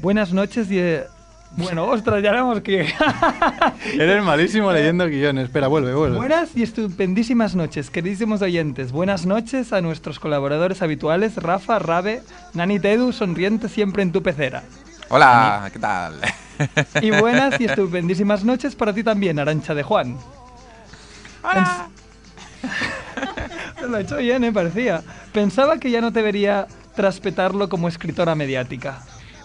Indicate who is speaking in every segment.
Speaker 1: Buenas noches y... eh, Bueno, ostras, ya vemos que...
Speaker 2: Eres malísimo leyendo guiones. Espera, vuelve, vuelve.
Speaker 1: Buenas y estupendísimas noches, queridísimos oyentes. Buenas noches a nuestros colaboradores habituales, Rafa, Rabe, Nani Tedu, sonriente siempre en tu pecera.
Speaker 3: Hola, ¿qué tal?
Speaker 1: Y buenas y estupendísimas noches para ti también, Arancha de Juan. Hola. Lo he hecho bien, eh, parecía. Pensaba que ya no te vería traspetarlo como escritora mediática.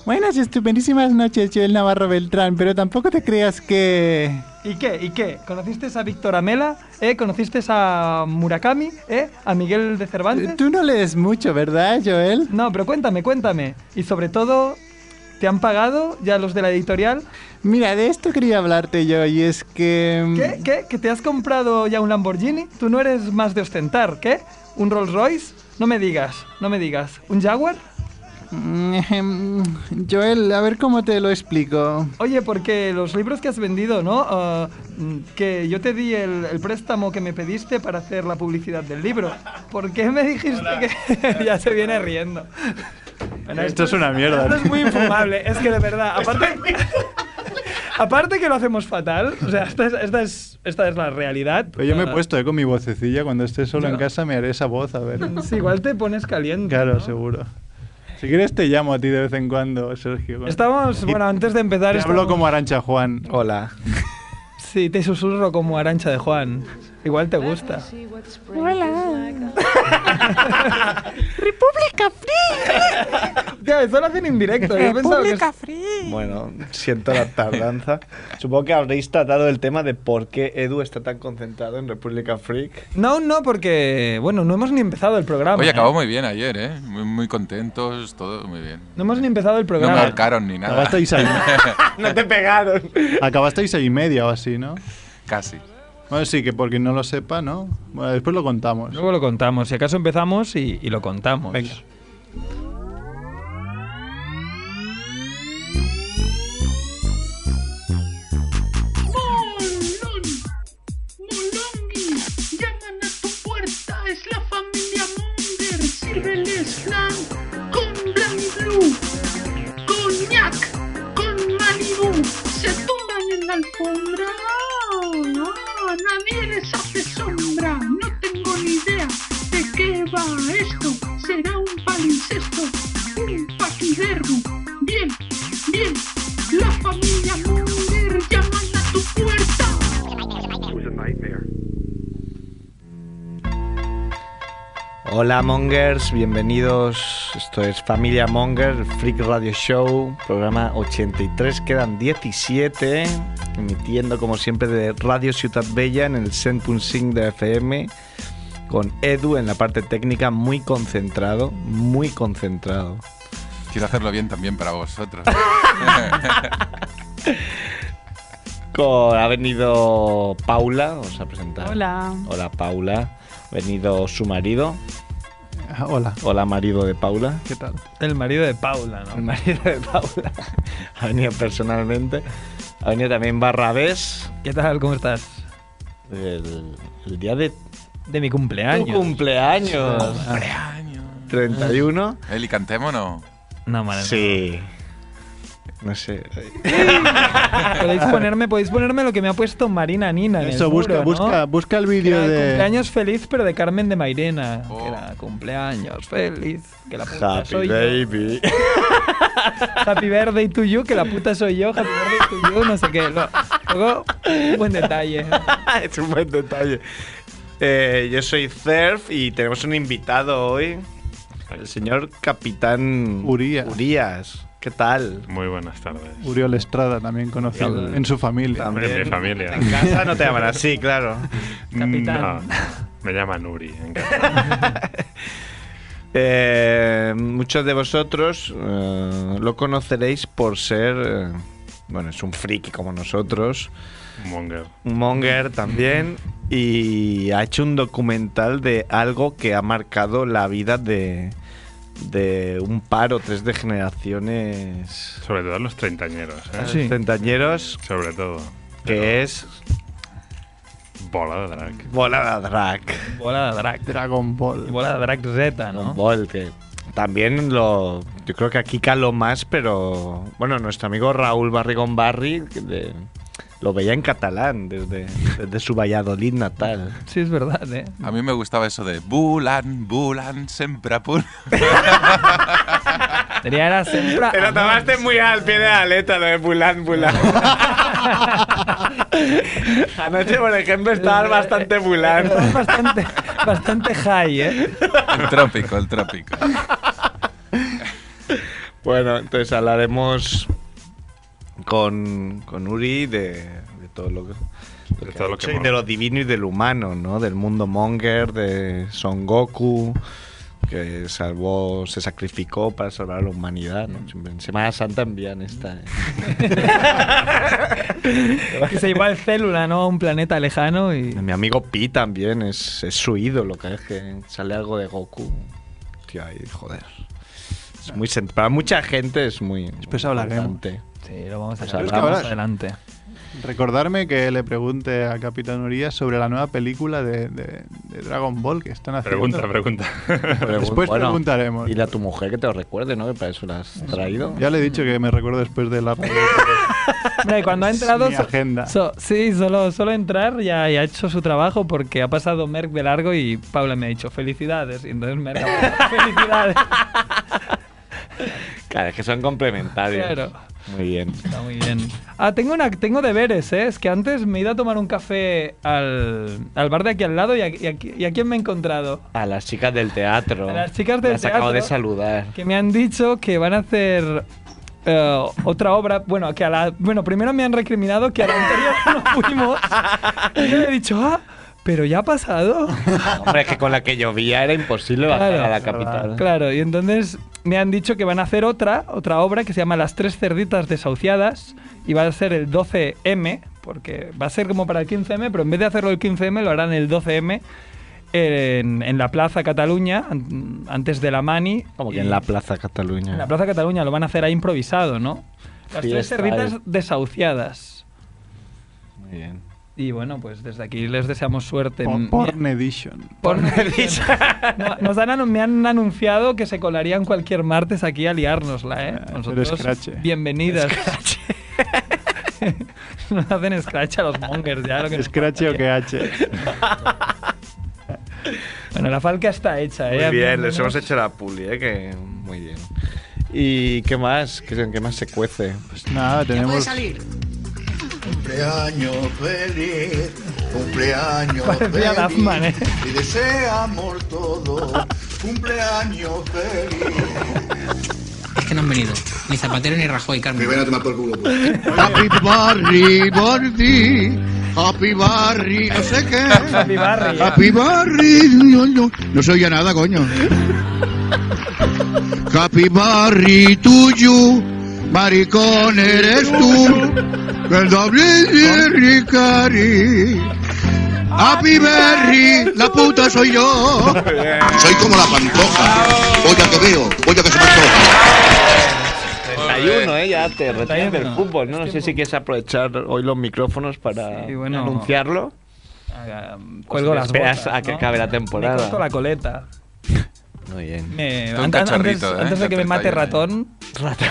Speaker 2: Buenas y estupendísimas noches, Joel Navarro Beltrán, pero tampoco te creas que...
Speaker 1: ¿Y qué? ¿Y qué? ¿Conociste a Víctor Amela? ¿Eh? ¿Conociste a Murakami? ¿Eh? ¿A Miguel de Cervantes?
Speaker 2: Eh, Tú no lees mucho, ¿verdad, Joel?
Speaker 1: No, pero cuéntame, cuéntame. Y sobre todo, ¿te han pagado ya los de la editorial?
Speaker 2: Mira, de esto quería hablarte yo, y es que...
Speaker 1: ¿Qué? ¿Qué? ¿Que te has comprado ya un Lamborghini? Tú no eres más de ostentar, ¿qué? ¿Un Rolls Royce? No me digas, no me digas. ¿Un Jaguar?
Speaker 2: Mm, Joel, a ver cómo te lo explico.
Speaker 1: Oye, porque los libros que has vendido, ¿no? Ah, mm, que yo te di el, el préstamo que me pediste para hacer la publicidad del libro. ¿Por qué me dijiste que ya se viene riendo?
Speaker 2: Bueno, esto es una mierda.
Speaker 1: Esto es muy infumable, es que de verdad, aparte, aparte que lo hacemos fatal, o sea, esta es, esta es, esta es la realidad.
Speaker 2: Pero yo me he
Speaker 1: Ah,
Speaker 2: puesto eh, con mi vocecilla, cuando esté solo en
Speaker 1: No.
Speaker 2: casa me haré esa voz, a ver.
Speaker 1: sí, igual te pones caliente.
Speaker 2: Claro,
Speaker 1: ¿no?
Speaker 2: seguro. Si quieres te llamo a ti de vez en cuando, Sergio.
Speaker 1: Estamos,
Speaker 2: Y
Speaker 1: bueno, antes de empezar...
Speaker 2: Te hablo
Speaker 1: estamos-
Speaker 2: como Arancha Juan.
Speaker 3: Hola.
Speaker 1: Sí, te susurro como Arancha de Juan. Igual te gusta.
Speaker 4: Hola.
Speaker 5: República Free.
Speaker 1: Ya, eso lo hacen indirecto.
Speaker 2: Eh,
Speaker 1: Yo pensaba que...
Speaker 5: República Free.
Speaker 6: Bueno, siento la tardanza. Supongo que habréis tratado el tema de por qué Edu está tan concentrado en República Freak.
Speaker 1: No, no, porque, bueno, no hemos ni empezado el programa.
Speaker 3: Oye,
Speaker 1: ¿eh?
Speaker 3: acabó muy bien ayer, ¿eh? Muy, muy contentos, todo muy bien.
Speaker 1: No hemos ni empezado el
Speaker 3: No me
Speaker 1: programa.
Speaker 3: marcaron ni nada.
Speaker 2: Acabasteis ahí.
Speaker 6: ¡No te pegaron!
Speaker 2: Acabasteis ahí media o así, ¿no?
Speaker 3: Casi.
Speaker 2: Bueno, sí, que por quien no lo sepa, ¿no? Bueno, después lo contamos.
Speaker 1: Luego lo contamos. Si acaso empezamos y, y lo contamos.
Speaker 2: Venga.
Speaker 7: Molón, Molongi, llaman a tu puerta, es la familia Munger, sírveles flan con Blanc Blue, coñac, con Malibu, se tumban en la alfombra, no, nadie les hace sombra, no tengo ni idea de qué va esto, será un palincesto, un paquidermo, bien, bien, la familia Munger llaman a tu puerta.
Speaker 6: Hola Mongers, bienvenidos. Esto es Familia Monger, el Freak Radio Show, programa 83, quedan 17, emitiendo como siempre de Radio Ciudad Bella en el 100.5 de FM, con Edu en la parte técnica muy concentrado, muy concentrado.
Speaker 3: Quiero hacerlo bien también para vosotros.
Speaker 6: Co- Ha venido Paula, os ha presentado.
Speaker 5: Hola.
Speaker 6: Hola Paula, ha venido su marido,
Speaker 2: Ah, Hola.
Speaker 6: hola marido de Paula.
Speaker 2: ¿Qué tal?
Speaker 1: El marido de Paula,
Speaker 6: El
Speaker 1: ¿no?
Speaker 6: marido de Paula ha venido personalmente. Ha venido también Barrabés
Speaker 1: ¿Qué tal? ¿Cómo estás?
Speaker 6: el, el día de
Speaker 1: De mi cumpleaños.
Speaker 6: tu cumpleaños.
Speaker 3: ¡Cumpleaños!
Speaker 6: 31.
Speaker 3: Eli, cantémonos.
Speaker 1: No, madre mía.
Speaker 6: Sí. No sé.
Speaker 1: Ah, Podéis ponerme, podéis ponerme lo que me ha puesto Marina Nina. en el
Speaker 2: Eso, busca,
Speaker 1: muro, ¿no?
Speaker 2: busca, busca el
Speaker 1: Que
Speaker 2: vídeo
Speaker 1: era
Speaker 2: de.
Speaker 1: cumpleaños feliz, pero de Carmen de Mairena.
Speaker 3: Oh.
Speaker 1: Que era cumpleaños feliz. Que la puta
Speaker 6: Happy
Speaker 1: soy yo.
Speaker 6: baby.
Speaker 1: Happy birthday to you, que la puta soy yo. Happy birthday to you, no sé qué. Lo- Luego, un buen detalle.
Speaker 6: es un buen detalle. Eh, yo soy Cerf y tenemos un invitado hoy. El señor Capitán
Speaker 2: Urías.
Speaker 6: Urías. ¿Qué tal?
Speaker 8: Muy buenas tardes.
Speaker 2: Uriol Estrada, también conocido
Speaker 6: Uriol.
Speaker 2: en su familia.
Speaker 6: También.
Speaker 8: En mi familia.
Speaker 6: En casa no te llaman así, claro.
Speaker 1: Capitán.
Speaker 8: No, me llaman Uri en casa.
Speaker 6: Mm, Eh, muchos de vosotros eh, lo conoceréis por ser, eh, bueno, es un friki como nosotros,
Speaker 8: Monger.
Speaker 6: un monger también, y ha hecho un documental de algo que ha marcado la vida de, de un par o tres de generaciones
Speaker 8: Sobre todo los treintañeros, ¿eh?
Speaker 1: Sí.
Speaker 6: treintañeros,
Speaker 8: Sobre todo.
Speaker 6: que es
Speaker 8: Bola de drag.
Speaker 6: Bola de drag.
Speaker 9: Bola de drag.
Speaker 2: Dragon Ball.
Speaker 9: Bola de drag Z, ¿no?
Speaker 6: Ball, que también lo. Yo creo que aquí caló más, pero. Bueno, nuestro amigo Raúl Barrigón Barri que de- lo veía en catalán desde, desde su Valladolid natal.
Speaker 1: Sí, es verdad, ¿eh?
Speaker 3: A mí me gustaba eso de Bulan, Bulan, sempre a punt.
Speaker 9: Sería era sempre...
Speaker 6: Te lo tomaste muy al pie de la aleta, lo de Bulan Bulan. Anoche, por ejemplo, estabas bastante Bulan.
Speaker 1: Es bastante, bastante high, ¿eh?
Speaker 3: El trópico, el trópico.
Speaker 6: Bueno, entonces hablaremos con, con Uri de, de todo lo que.
Speaker 8: De
Speaker 6: lo que
Speaker 8: todo
Speaker 6: ha
Speaker 8: lo que
Speaker 6: hecho y
Speaker 8: mola.
Speaker 6: de lo divino y del humano, ¿no? Del mundo monger, de Son Goku, que salvó, se sacrificó para salvar a la humanidad, ¿no? Siempre En Semana Santa envían esta. ¿eh?
Speaker 1: Que se llevó al célula, ¿no? A un planeta lejano y...
Speaker 6: Mi amigo Pi también es, es su ídolo, cada vez que sale algo de Goku. Tío, ahí, joder. Es muy, sen- para mucha gente es muy.
Speaker 2: Después hablaremos.
Speaker 6: importante.
Speaker 1: Sí, lo vamos a
Speaker 6: Pues
Speaker 1: sacar
Speaker 6: hablamos.
Speaker 1: más adelante.
Speaker 2: Recordarme que le pregunte a Capitán Urias sobre la nueva película de, de- de Dragon Ball que están haciendo.
Speaker 8: Pregunta, pregunta.
Speaker 2: Después preguntaremos.
Speaker 6: Dile a tu mujer que te lo recuerde, ¿no? Que para eso la has traído.
Speaker 2: Ya le he dicho que me recuerdo después de la película.
Speaker 1: Mira, y cuando ha entrado...
Speaker 2: mi
Speaker 1: so-
Speaker 2: agenda.
Speaker 1: so- sí, solo, solo entrar ya, ya ha hecho su trabajo porque ha pasado Merck de largo y Paula me ha dicho felicidades. Y entonces Merck ha- felicidades.
Speaker 6: Claro, es que son complementarios.
Speaker 1: Claro.
Speaker 6: Muy bien.
Speaker 1: Está muy bien. Ah, tengo, una, tengo deberes, ¿eh? Es que antes me he ido a tomar un café al, al bar de aquí al lado y a, y a- y a quién me he encontrado.
Speaker 6: A las chicas del teatro.
Speaker 1: A las chicas del
Speaker 6: Las acabo de
Speaker 1: teatro.
Speaker 6: saludar.
Speaker 1: Que me han dicho que van a hacer eh, otra obra. Bueno, que a la. Bueno, primero me han recriminado que a la anterior no fuimos. Y yo le he dicho, ah, pero ya ha pasado.
Speaker 6: Hombre, es que con la que llovía era imposible bajar
Speaker 1: Claro.
Speaker 6: a la capital.
Speaker 1: Claro, y entonces me han dicho que van a hacer otra, otra obra que se llama Las tres cerditas desahuciadas y va a ser el 12M, porque va a ser como para el 15M, pero en vez de hacerlo el 15M lo harán el 12M en, en la Plaza Cataluña, an- antes de la Mani.
Speaker 6: Como que
Speaker 1: Y
Speaker 6: en la Plaza Cataluña.
Speaker 1: en la Plaza Cataluña lo van a hacer ahí improvisado, ¿no? Las tres
Speaker 6: Freestyle.
Speaker 1: cerditas desahuciadas.
Speaker 6: Muy bien.
Speaker 1: Y bueno, pues desde aquí les deseamos suerte.
Speaker 2: Por- Porn Edition.
Speaker 1: Por No, nos han anu- me han anunciado que se colarían cualquier martes aquí a liárnosla, ¿eh?
Speaker 2: Ah, pero
Speaker 1: Nosotros,
Speaker 2: escrache.
Speaker 1: bienvenidas. nos hacen scratch a los mongers ya. Lo que nos
Speaker 2: Scratch o
Speaker 1: faltaría.
Speaker 2: que H.
Speaker 1: Bueno, la falca está hecha, ¿eh?
Speaker 6: Muy bien,
Speaker 1: Al
Speaker 6: les
Speaker 1: menos-
Speaker 6: hemos hecho la puli, ¿eh? Que muy bien. ¿Y qué más? ¿Qué, en qué más se cuece?
Speaker 2: Pues nada, tenemos.
Speaker 10: Cumpleaños feliz, cumpleaños
Speaker 1: Parecía Duffman, ¿eh?
Speaker 10: feliz. Y deseamos todo, cumpleaños feliz.
Speaker 11: Es que no han venido. Ni Zapatero ni Rajoy, Carmen.
Speaker 10: Primero toma por culo. pues. Happy Barry, Barry, Happy Barry, no sé qué.
Speaker 1: Happy Barry, ¿eh?
Speaker 10: Happy Barry, no, no, no se oye nada, coño. Happy Barry, tuyo, maricón eres tú. El doble de Ricari. Happy Barry, la puta soy yo. Soy como la pantoja. Oye que veo, oye que se pantoja.
Speaker 6: 31, ¿eh? Ya te retiras del
Speaker 1: 31.
Speaker 6: fútbol, ¿no?
Speaker 1: Es
Speaker 6: No sé
Speaker 1: tiempo.
Speaker 6: si quieres aprovechar hoy los micrófonos para
Speaker 1: Sí, bueno.
Speaker 6: anunciarlo.
Speaker 1: Ah, um, Cuelgo las
Speaker 6: Esperas
Speaker 1: botas,
Speaker 6: a que
Speaker 1: ¿no?
Speaker 6: acabe la
Speaker 1: Me
Speaker 6: temporada.
Speaker 1: corto la coleta.
Speaker 6: Muy bien.
Speaker 1: Me,
Speaker 3: Tú un
Speaker 1: an- antes,
Speaker 3: cachorrito, ¿eh?
Speaker 1: antes de que me mate
Speaker 3: Te traigo, ¿eh?
Speaker 1: ratón,
Speaker 2: Ratón,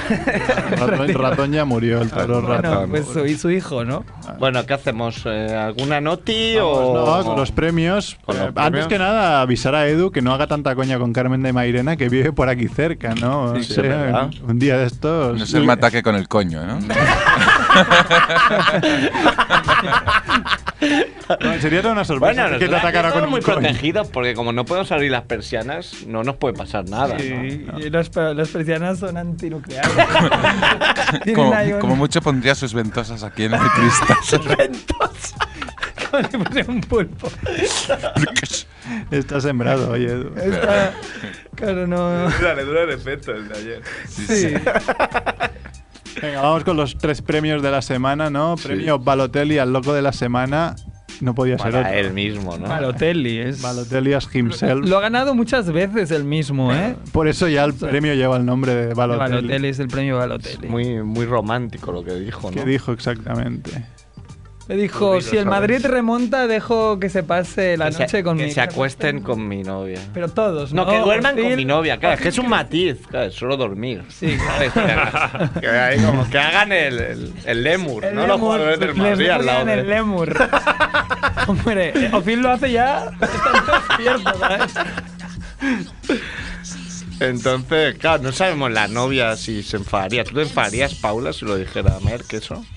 Speaker 2: ratón ya murió, el toro
Speaker 1: bueno,
Speaker 2: ratón.
Speaker 1: pues su, su hijo, ¿no?
Speaker 6: Bueno, ¿qué hacemos? Eh, ¿Alguna noti o...?
Speaker 2: No, con los premios.
Speaker 6: Con los
Speaker 2: Eh, Antes
Speaker 6: premios.
Speaker 2: que nada, avisar a Edu que no haga tanta coña con Carmen de Mairena, que vive por aquí cerca, ¿no?
Speaker 6: Sí, sí, es verdad.
Speaker 2: un, un día de estos.
Speaker 3: No es el mataque con el coño, ¿no?
Speaker 2: Bueno, sería toda una sorpresa
Speaker 6: Bueno,
Speaker 2: que te
Speaker 6: nosotros
Speaker 2: atacara
Speaker 6: estamos
Speaker 2: con
Speaker 6: muy
Speaker 2: un coño.
Speaker 6: protegidos porque como no podemos abrir las persianas, no nos puede pasar nada.
Speaker 1: Sí, y los pe- las persianas son antinucleares. Tienen ahí
Speaker 3: Como,
Speaker 1: un-
Speaker 3: como mucho pondría sus ventosas aquí en el cristal.
Speaker 1: como si fuese un pulpo.
Speaker 2: Está sembrado, oye, Edu.
Speaker 1: Está- claro, no.
Speaker 6: Dale, dura el efecto el de ayer.
Speaker 3: Sí,
Speaker 1: Sí.
Speaker 3: sí.
Speaker 2: Venga, vamos con los tres premios de la semana, ¿no? Premio Balotelli al loco de la semana. No podía ser
Speaker 6: Para
Speaker 2: otro.
Speaker 6: él mismo, ¿no?
Speaker 1: Balotelli es.
Speaker 2: Balotelli as himself.
Speaker 1: Lo ha ganado muchas veces el mismo, ¿eh?
Speaker 2: Por eso ya el premio lleva el nombre de Balotelli.
Speaker 1: Balotelli es el premio Balotelli.
Speaker 6: Muy, muy romántico lo que dijo, ¿no?
Speaker 2: ¿Qué dijo exactamente?
Speaker 1: Le dijo, si el Madrid remonta, dejo que se pase la
Speaker 12: Que se-
Speaker 1: noche con
Speaker 12: que
Speaker 1: mi...
Speaker 12: se acuesten con mi novia.
Speaker 1: Pero todos, ¿no?
Speaker 12: No, que duerman con
Speaker 1: Phil.
Speaker 12: mi novia, claro, es que es un matiz, claro, es solo dormir.
Speaker 1: Sí,
Speaker 12: claro. que, ahí como que hagan el, el, el lemur,
Speaker 1: El
Speaker 12: ¿no? Los
Speaker 1: Lemur,
Speaker 12: jugadores del
Speaker 1: les
Speaker 12: Madrid al lado.
Speaker 1: rían
Speaker 12: de-
Speaker 1: el Lemur. Hombre, Ofil lo hace ya. Está despierto, ¿sabes?
Speaker 6: Entonces, claro, no sabemos la novia si se enfadaría. ¿Tú te enfadarías, Paula, si lo dijera a Merck eso?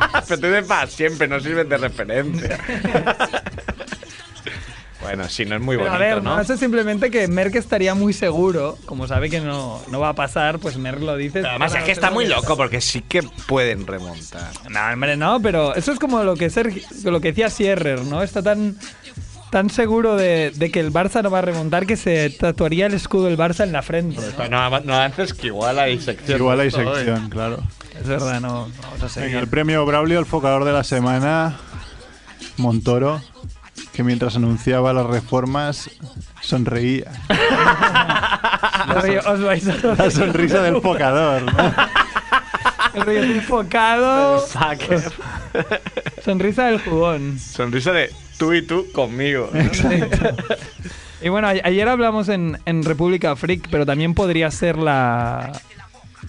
Speaker 6: Ah,
Speaker 13: Sí.
Speaker 6: Pero tú eres para siempre, no sirves de referencia. bueno, sí, no es muy
Speaker 1: Pero
Speaker 6: bonito,
Speaker 1: a ver,
Speaker 6: ¿no?
Speaker 1: eso es simplemente que Merck estaría muy seguro. Como sabe que no, no va a pasar, pues Merck lo dice.
Speaker 6: Además, es que está muy loco porque sí que pueden remontar.
Speaker 1: No, hombre, no, pero eso es como lo que, Sergi- lo que decía Sierrer, ¿no? Está tan, tan seguro de, de que el Barça no va a remontar que se tatuaría el escudo del Barça en la frente. ¿no?
Speaker 6: No, av- no avances que igual hay sección.
Speaker 2: Igual hay
Speaker 6: Todo, ¿eh?
Speaker 2: sección, claro.
Speaker 1: Es verdad, no vamos a
Speaker 2: Venga, el
Speaker 1: seguir.
Speaker 2: premio Braulio, el focador de la semana, Montoro, que mientras anunciaba las reformas sonreía.
Speaker 1: Os- os vais a-
Speaker 2: La sonrisa del focador. ¿no?
Speaker 1: El rollo de enfocado. Sonrisa del jugón.
Speaker 6: Sonrisa de tú y tú conmigo. ¿no?
Speaker 1: Y bueno, a- ayer hablamos en, en República Freak, pero también podría ser la.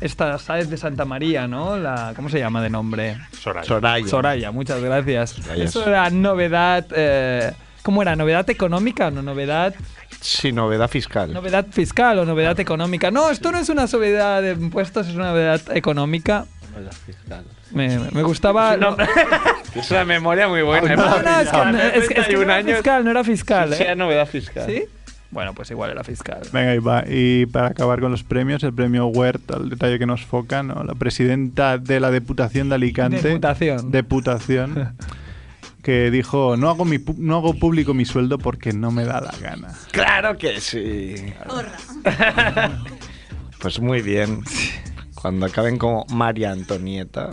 Speaker 1: Esta, ¿sabes? De Santa María, ¿no? La, ¿Cómo se llama de nombre?
Speaker 8: Soraya.
Speaker 6: Soraya.
Speaker 1: Soraya, muchas gracias.
Speaker 6: Soraya.
Speaker 1: Eso era novedad. eh, ¿Cómo era? ¿Novedad económica o no novedad?
Speaker 6: Sí, novedad fiscal.
Speaker 1: ¿Novedad fiscal o novedad económica? No, esto no es una novedad de impuestos, es una novedad económica. Me, me gustaba.
Speaker 6: No, Es una memoria muy buena. ¿eh?
Speaker 1: No, no, es que, no- es que- es que no era
Speaker 6: año.
Speaker 1: fiscal, no era fiscal.
Speaker 6: Sí,
Speaker 1: ¿eh?
Speaker 6: era novedad fiscal.
Speaker 1: ¿Sí? Bueno, pues igual era fiscal.
Speaker 2: Venga, y, va. y para acabar con los premios, el premio Huert, al detalle que nos foca, ¿no? la presidenta de la Deputación de Alicante.
Speaker 1: Deputación.
Speaker 2: Deputación, que dijo, no hago, mi pu- no hago público mi sueldo porque no me da la gana.
Speaker 6: Claro que sí. pues muy bien. Cuando acaben como María Antonieta,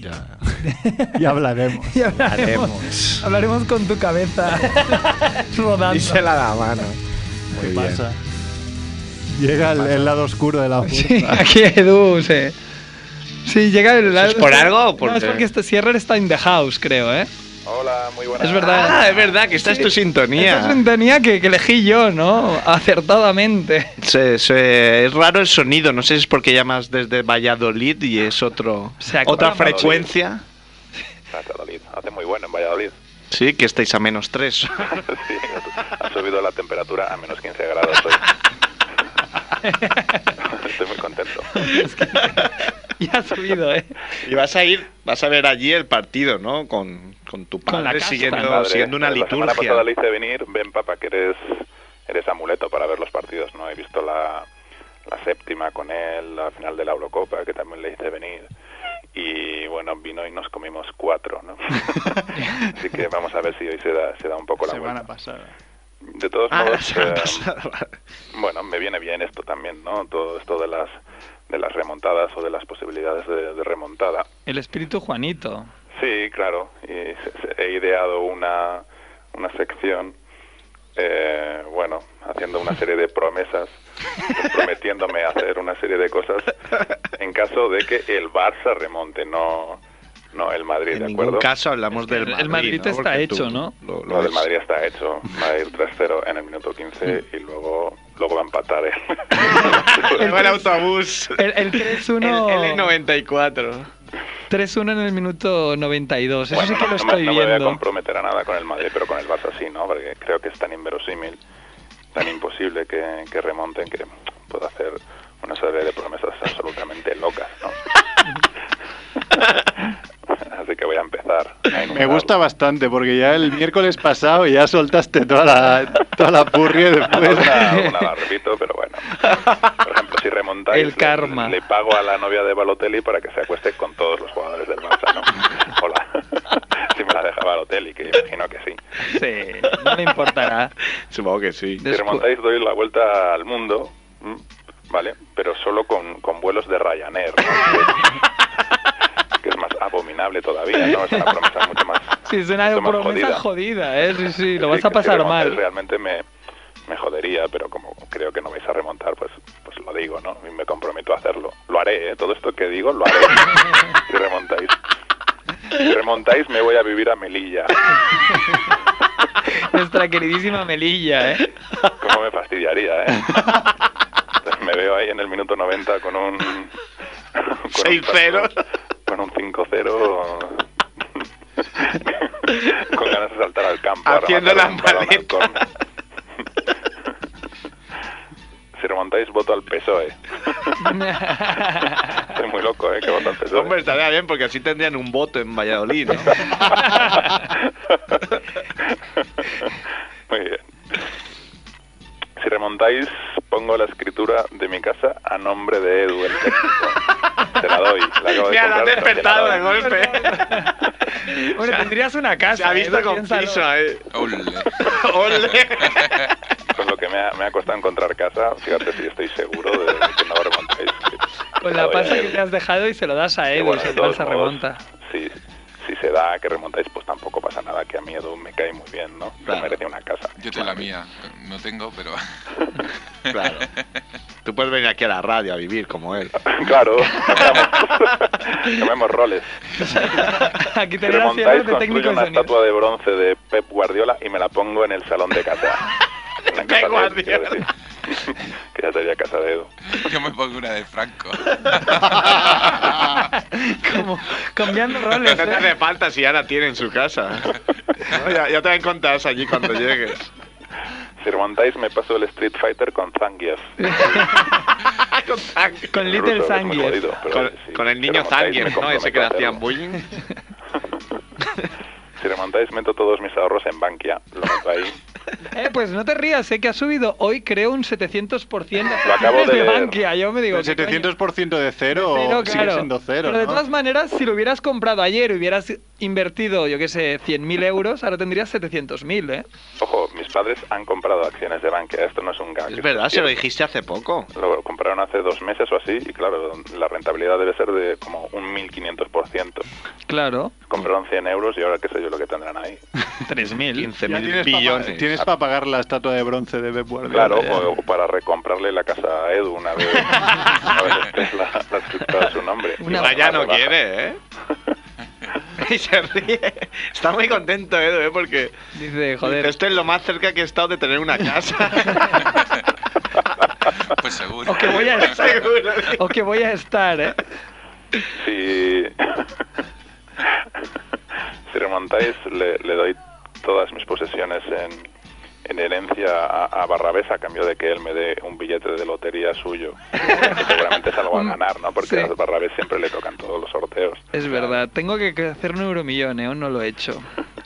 Speaker 6: ya,
Speaker 2: ya hablaremos.
Speaker 1: Y hablaremos, hablaremos con tu cabeza rodando.
Speaker 6: Y se la da mano.
Speaker 2: ¿Qué pasa? Llega el, el lado oscuro de la fuerza.
Speaker 1: Aquí Edu se... Sí, llega el...
Speaker 2: ¿Es por algo o por
Speaker 1: No, es
Speaker 2: qué?
Speaker 1: porque este Sierra está in the house, creo, ¿eh?
Speaker 14: Hola, muy buenas.
Speaker 1: Es verdad.
Speaker 6: Ah, es verdad, que esta es tu sintonía.
Speaker 1: Esta es sintonía que, que elegí yo, ¿no? Acertadamente.
Speaker 6: Se- se- es raro el sonido, no sé si es porque llamas desde Valladolid y es otro, otra
Speaker 14: acopla más.
Speaker 6: frecuencia.
Speaker 14: Valladolid. Hace muy bueno en Valladolid.
Speaker 6: Sí, que estáis a menos 3.
Speaker 14: Sí, ha subido la temperatura a menos 15 grados hoy. Estoy muy contento.
Speaker 1: ya ha subido, ¿eh?
Speaker 6: Y vas a ir, vas a ver allí el partido, ¿no? Con, con tu
Speaker 14: Con
Speaker 6: padre
Speaker 14: Mi
Speaker 6: siguiendo,
Speaker 14: madre,
Speaker 6: siguiendo una
Speaker 14: La semana pasada le
Speaker 6: liturgia.
Speaker 14: hice venir, ven papá, que eres, eres amuleto para ver los partidos, ¿no? He visto la, la séptima con él, la final de la Eurocopa, que también le hice venir. Y bueno, vino y nos comimos cuatro, ¿no? Así que vamos a ver si hoy se da, se da un poco la vuelta.
Speaker 2: pasada.
Speaker 14: De todos
Speaker 2: Ah, la
Speaker 14: modos,
Speaker 2: semana
Speaker 14: eh, bueno, me viene bien esto también, ¿no? Todo esto de las de las remontadas o de las posibilidades de, de remontada.
Speaker 1: El espíritu Juanito.
Speaker 14: Sí, claro. Y se- se- he ideado una, una sección, eh, bueno, haciendo una serie de promesas, prometiéndome hacer una serie de cosas en caso de que el Barça remonte, no, no el Madrid,
Speaker 6: En
Speaker 14: ¿de
Speaker 6: ningún
Speaker 14: acuerdo?
Speaker 6: caso hablamos del Madrid. ¿no? Porque tú Lo,
Speaker 14: Lo,
Speaker 6: lo
Speaker 14: del
Speaker 6: ves.
Speaker 14: Madrid está hecho. Va a ir 3-0 en el minuto 15 y luego, luego va a empatar ¿eh? el,
Speaker 6: Llegó el autobús.
Speaker 1: El, 3-1.
Speaker 6: El L94.
Speaker 1: 3-1 en el minuto 92. Eso sí que lo
Speaker 14: no, me-
Speaker 1: estoy
Speaker 14: no me voy a
Speaker 1: viendo.
Speaker 14: comprometer a nada con el Madrid, pero con el Barça sí, ¿no? Porque creo que es tan inverosímil, tan imposible que, que remonten que puedo hacer una serie de promesas absolutamente locas, ¿no? Así que voy a empezar. a
Speaker 2: Me
Speaker 14: inundar.
Speaker 2: gusta bastante porque ya el miércoles pasado ya soltaste toda la, toda la purria y después.
Speaker 14: Una, una la repito, pero bueno. Por ejemplo, si remontáis,
Speaker 1: El
Speaker 14: le-
Speaker 1: karma.
Speaker 14: Le, pago a la novia de Balotelli para que se acueste con todos los jugadores del Barça, ¿no? Hola. si me la deja Balotelli, que imagino que sí.
Speaker 1: Sí, no le importará.
Speaker 6: Supongo que sí.
Speaker 14: Si remontáis, doy la vuelta al mundo, ¿m? ¿vale? Pero solo con, con vuelos de Ryanair, ¿no? que es más abominable todavía, ¿no? Es una promesa mucho más...
Speaker 1: Sí, es una
Speaker 14: mucho más
Speaker 1: promesa
Speaker 14: jodida.
Speaker 1: jodida, ¿eh? Sí, sí, lo
Speaker 14: Sí,
Speaker 1: vas a
Speaker 14: que si
Speaker 1: pasar
Speaker 14: remontáis
Speaker 1: mal.
Speaker 14: Realmente me, me jodería, pero como creo que no vais a remontar, pues, pues lo digo, ¿no? Y me comprometo a hacerlo. Lo haré, ¿eh? Todo esto que digo, lo haré. si remontáis. Si remontáis, me voy a vivir a Melilla.
Speaker 13: Nuestra queridísima Melilla, ¿eh?
Speaker 14: Cómo me fastidiaría, ¿eh? Me veo ahí en el minuto 90 con un... Con un
Speaker 12: 6-0.
Speaker 14: Con un 5-0... con ganas de saltar al campo. a
Speaker 12: Haciendo
Speaker 14: rematar
Speaker 12: la
Speaker 14: un balón al
Speaker 12: maleta.
Speaker 14: córner. si remontáis, voto al PSOE. E. Estoy muy loco, ¿eh? Que voto al PSOE.
Speaker 12: Hombre, estaría bien porque así tendrían un voto en Valladolid, ¿no?
Speaker 14: Muy bien. Si remontáis, pongo la escritura de mi casa a nombre de Edu, el técnico. Te la doy. La acabo de
Speaker 12: Mira, lo
Speaker 14: comprar,
Speaker 12: han
Speaker 14: pero te la
Speaker 12: despertado
Speaker 14: doy.
Speaker 12: de golpe.
Speaker 13: Bueno, tendrías una casa.
Speaker 12: Se ha
Speaker 13: ¿eh?
Speaker 12: visto
Speaker 13: Tú
Speaker 12: con
Speaker 13: piénsalo.
Speaker 12: piso, ¿eh?
Speaker 14: Con lo que me ha, me ha costado encontrar casa, fíjate si estoy seguro de que no remontáis.
Speaker 1: Con Pues la pasta que te has dejado y se lo das a Edu
Speaker 14: bueno,
Speaker 1: y se
Speaker 14: de todos
Speaker 1: se
Speaker 14: modos,
Speaker 1: remonta.
Speaker 14: Si, si se da que remontáis, pues tampoco pasa nada, que a mí Edu me cae muy bien, ¿no? Me
Speaker 3: Claro.
Speaker 14: merece una casa.
Speaker 3: Yo te la mía. No tengo, pero.
Speaker 6: Claro.
Speaker 12: Tú puedes venir aquí a la radio a vivir como él.
Speaker 14: Claro. Tomemos roles.
Speaker 1: Aquí
Speaker 14: Si
Speaker 1: tendrás
Speaker 14: remontáis,
Speaker 1: cierres de
Speaker 14: construyo
Speaker 1: técnico y
Speaker 14: una
Speaker 1: sonido.
Speaker 14: estatua de bronce de Pep Guardiola y me la pongo en el salón de casa. En la casa de Edu, quiero decir. que ya sería casa de Edu.
Speaker 3: Yo me pongo una de Franco.
Speaker 1: Como cambiando roles.
Speaker 12: No te
Speaker 1: ¿eh?
Speaker 12: hace falta si ya la tiene en su casa. No, ya, ya te la encontrarás allí cuando llegues.
Speaker 14: Si remontáis, me paso el Street Fighter con Zangief.
Speaker 12: con
Speaker 1: Con
Speaker 14: Little Ruso, es muy Zangief. jodido, pero
Speaker 12: Con,
Speaker 14: sí,
Speaker 12: con el
Speaker 14: pero
Speaker 12: niño
Speaker 14: montáis,
Speaker 12: Zangief,
Speaker 14: me
Speaker 12: ¿no? Ese que le
Speaker 14: comprometo a
Speaker 12: hacían
Speaker 14: hacerlo.
Speaker 12: bullying.
Speaker 14: Si remontáis, meto todos mis ahorros en Bankia. Lo meto ahí.
Speaker 1: Eh, pues no te rías, sé que ha subido hoy creo un 700% de
Speaker 2: Lo acabo
Speaker 1: acciones
Speaker 2: de leer.
Speaker 1: Bankia. Yo me digo,
Speaker 2: ¿El
Speaker 1: ¿qué coño?
Speaker 2: 700% de cero,
Speaker 1: Cero,
Speaker 2: o sigue
Speaker 1: claro.
Speaker 2: siendo cero,
Speaker 1: Pero de
Speaker 2: ¿no?
Speaker 1: todas maneras, si lo hubieras comprado ayer, hubieras invertido, yo qué sé, 100.000 euros, ahora tendrías 700.000, ¿eh?
Speaker 14: Ojo, mis padres han comprado acciones de Bankia. Esto no es un gag.
Speaker 12: Es verdad, se lo dijiste hace poco.
Speaker 14: Lo compraron hace dos meses o así y claro, la rentabilidad debe ser de como un 1500%.
Speaker 1: Claro.
Speaker 14: Compraron 100 euros y ahora qué sé yo lo que tendrán ahí.
Speaker 12: 3.000.
Speaker 2: Ya
Speaker 12: 15.000
Speaker 2: tienes pa-
Speaker 12: billones.
Speaker 2: Tienes para pagar la estatua de bronce de Pep Guardiola.
Speaker 14: Claro,
Speaker 2: ya.
Speaker 14: o, o para recomprarle la casa a Edu una vez, una vez esté la, la escritura de su nombre.
Speaker 12: Una vaya no quiere, ¿eh? y se ríe. Está muy contento, Edu, ¿eh? Porque
Speaker 1: dice,
Speaker 12: joder, esto es lo más cerca que he estado de tener una casa.
Speaker 3: pues seguro.
Speaker 1: O que voy a estar,
Speaker 12: Seguro.
Speaker 1: o que voy a estar ¿eh?
Speaker 14: Si, si remontáis, le, le doy todas mis posesiones en, en herencia a, a Barrabés a cambio de que él me dé un billete de lotería suyo. Que seguramente es algo a ganar, ¿no? Porque a Barrabés siempre le tocan todos los sorteos.
Speaker 1: Es verdad, tengo que hacer un euromillón, ¿eh? Aún no lo he hecho.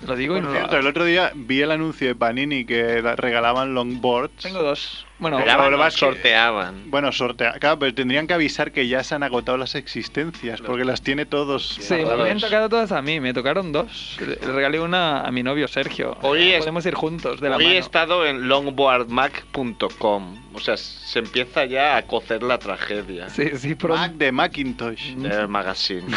Speaker 1: Lo digo y no
Speaker 2: Por
Speaker 1: lo
Speaker 2: cierto,
Speaker 1: hago.
Speaker 2: el otro día vi el anuncio de Panini que da- regalaban longboards.
Speaker 1: Tengo dos. Bueno,
Speaker 2: Bueno,
Speaker 1: ahora
Speaker 2: más
Speaker 12: sorteaban.
Speaker 2: Bueno, sortea. Claro, pero tendrían que avisar que ya se han agotado las existencias, porque las tiene todos.
Speaker 1: Sí, me han tocado todas a mí, me tocaron dos. Le le regalé una a mi novio Sergio. Eh,
Speaker 12: Hoy es-
Speaker 1: Podemos ir juntos de la
Speaker 12: Hoy he
Speaker 1: mano.
Speaker 12: estado en longboardmac.com. O sea, se empieza ya a cocer la tragedia.
Speaker 1: Sí, sí, pronto. Mm.
Speaker 2: Mac de Macintosh.
Speaker 12: El magazine.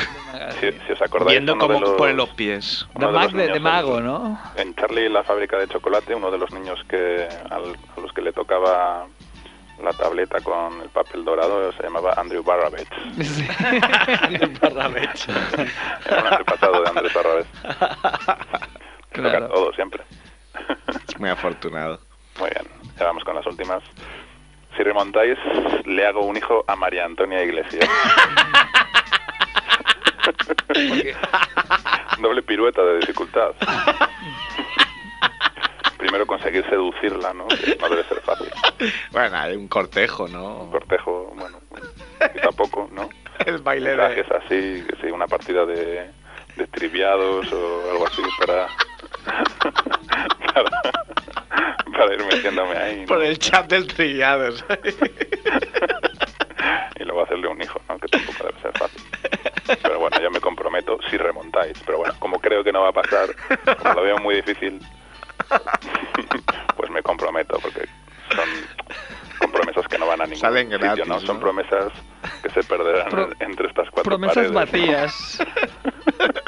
Speaker 14: Si, si os acordáis,
Speaker 12: Viendo
Speaker 14: uno de
Speaker 12: cómo
Speaker 14: los-
Speaker 12: ponen los pies.
Speaker 14: uno los niños
Speaker 1: ¿no?
Speaker 14: En Charlie y la fábrica de chocolate, uno de los niños que al- a los que le tocaba la tableta con el papel dorado se llamaba Andrew Barrabage.
Speaker 12: Barrabage.
Speaker 14: Era un antepasado de Andrew Barrabage. Le toca
Speaker 12: Claro.
Speaker 14: todo siempre.
Speaker 12: Es muy afortunado.
Speaker 14: Muy bien, ya vamos con las últimas. Si remontáis, le hago un hijo a María Antonia Iglesias. Doble pirueta de dificultad. Primero conseguir seducirla, ¿no? Que no debe ser fácil.
Speaker 12: Bueno, hay un cortejo, ¿no?
Speaker 14: cortejo, bueno, quizá poco, ¿no?
Speaker 12: El baile de-
Speaker 14: Trajes así, que sí, una partida de, de triviados o algo así para, para, para ir metiéndome ahí. ¿no?
Speaker 12: Por el chat del trillado. ¿sabes?
Speaker 14: Y luego hacerle un hijo, ¿no? Que tampoco debe ser fácil. Pero bueno, yo me comprometo si remontáis. Pero bueno, como creo que no va a pasar, como lo veo muy difícil, pues me comprometo, porque son compromisas que no van a ningún
Speaker 12: Salen
Speaker 14: sitio,
Speaker 12: gratis,
Speaker 14: ¿no? Son
Speaker 12: ¿no?
Speaker 14: promesas que se perderán
Speaker 1: Pro-
Speaker 14: en- entre estas cuatro paredes,
Speaker 1: Promesas
Speaker 14: ¿no?
Speaker 1: vacías.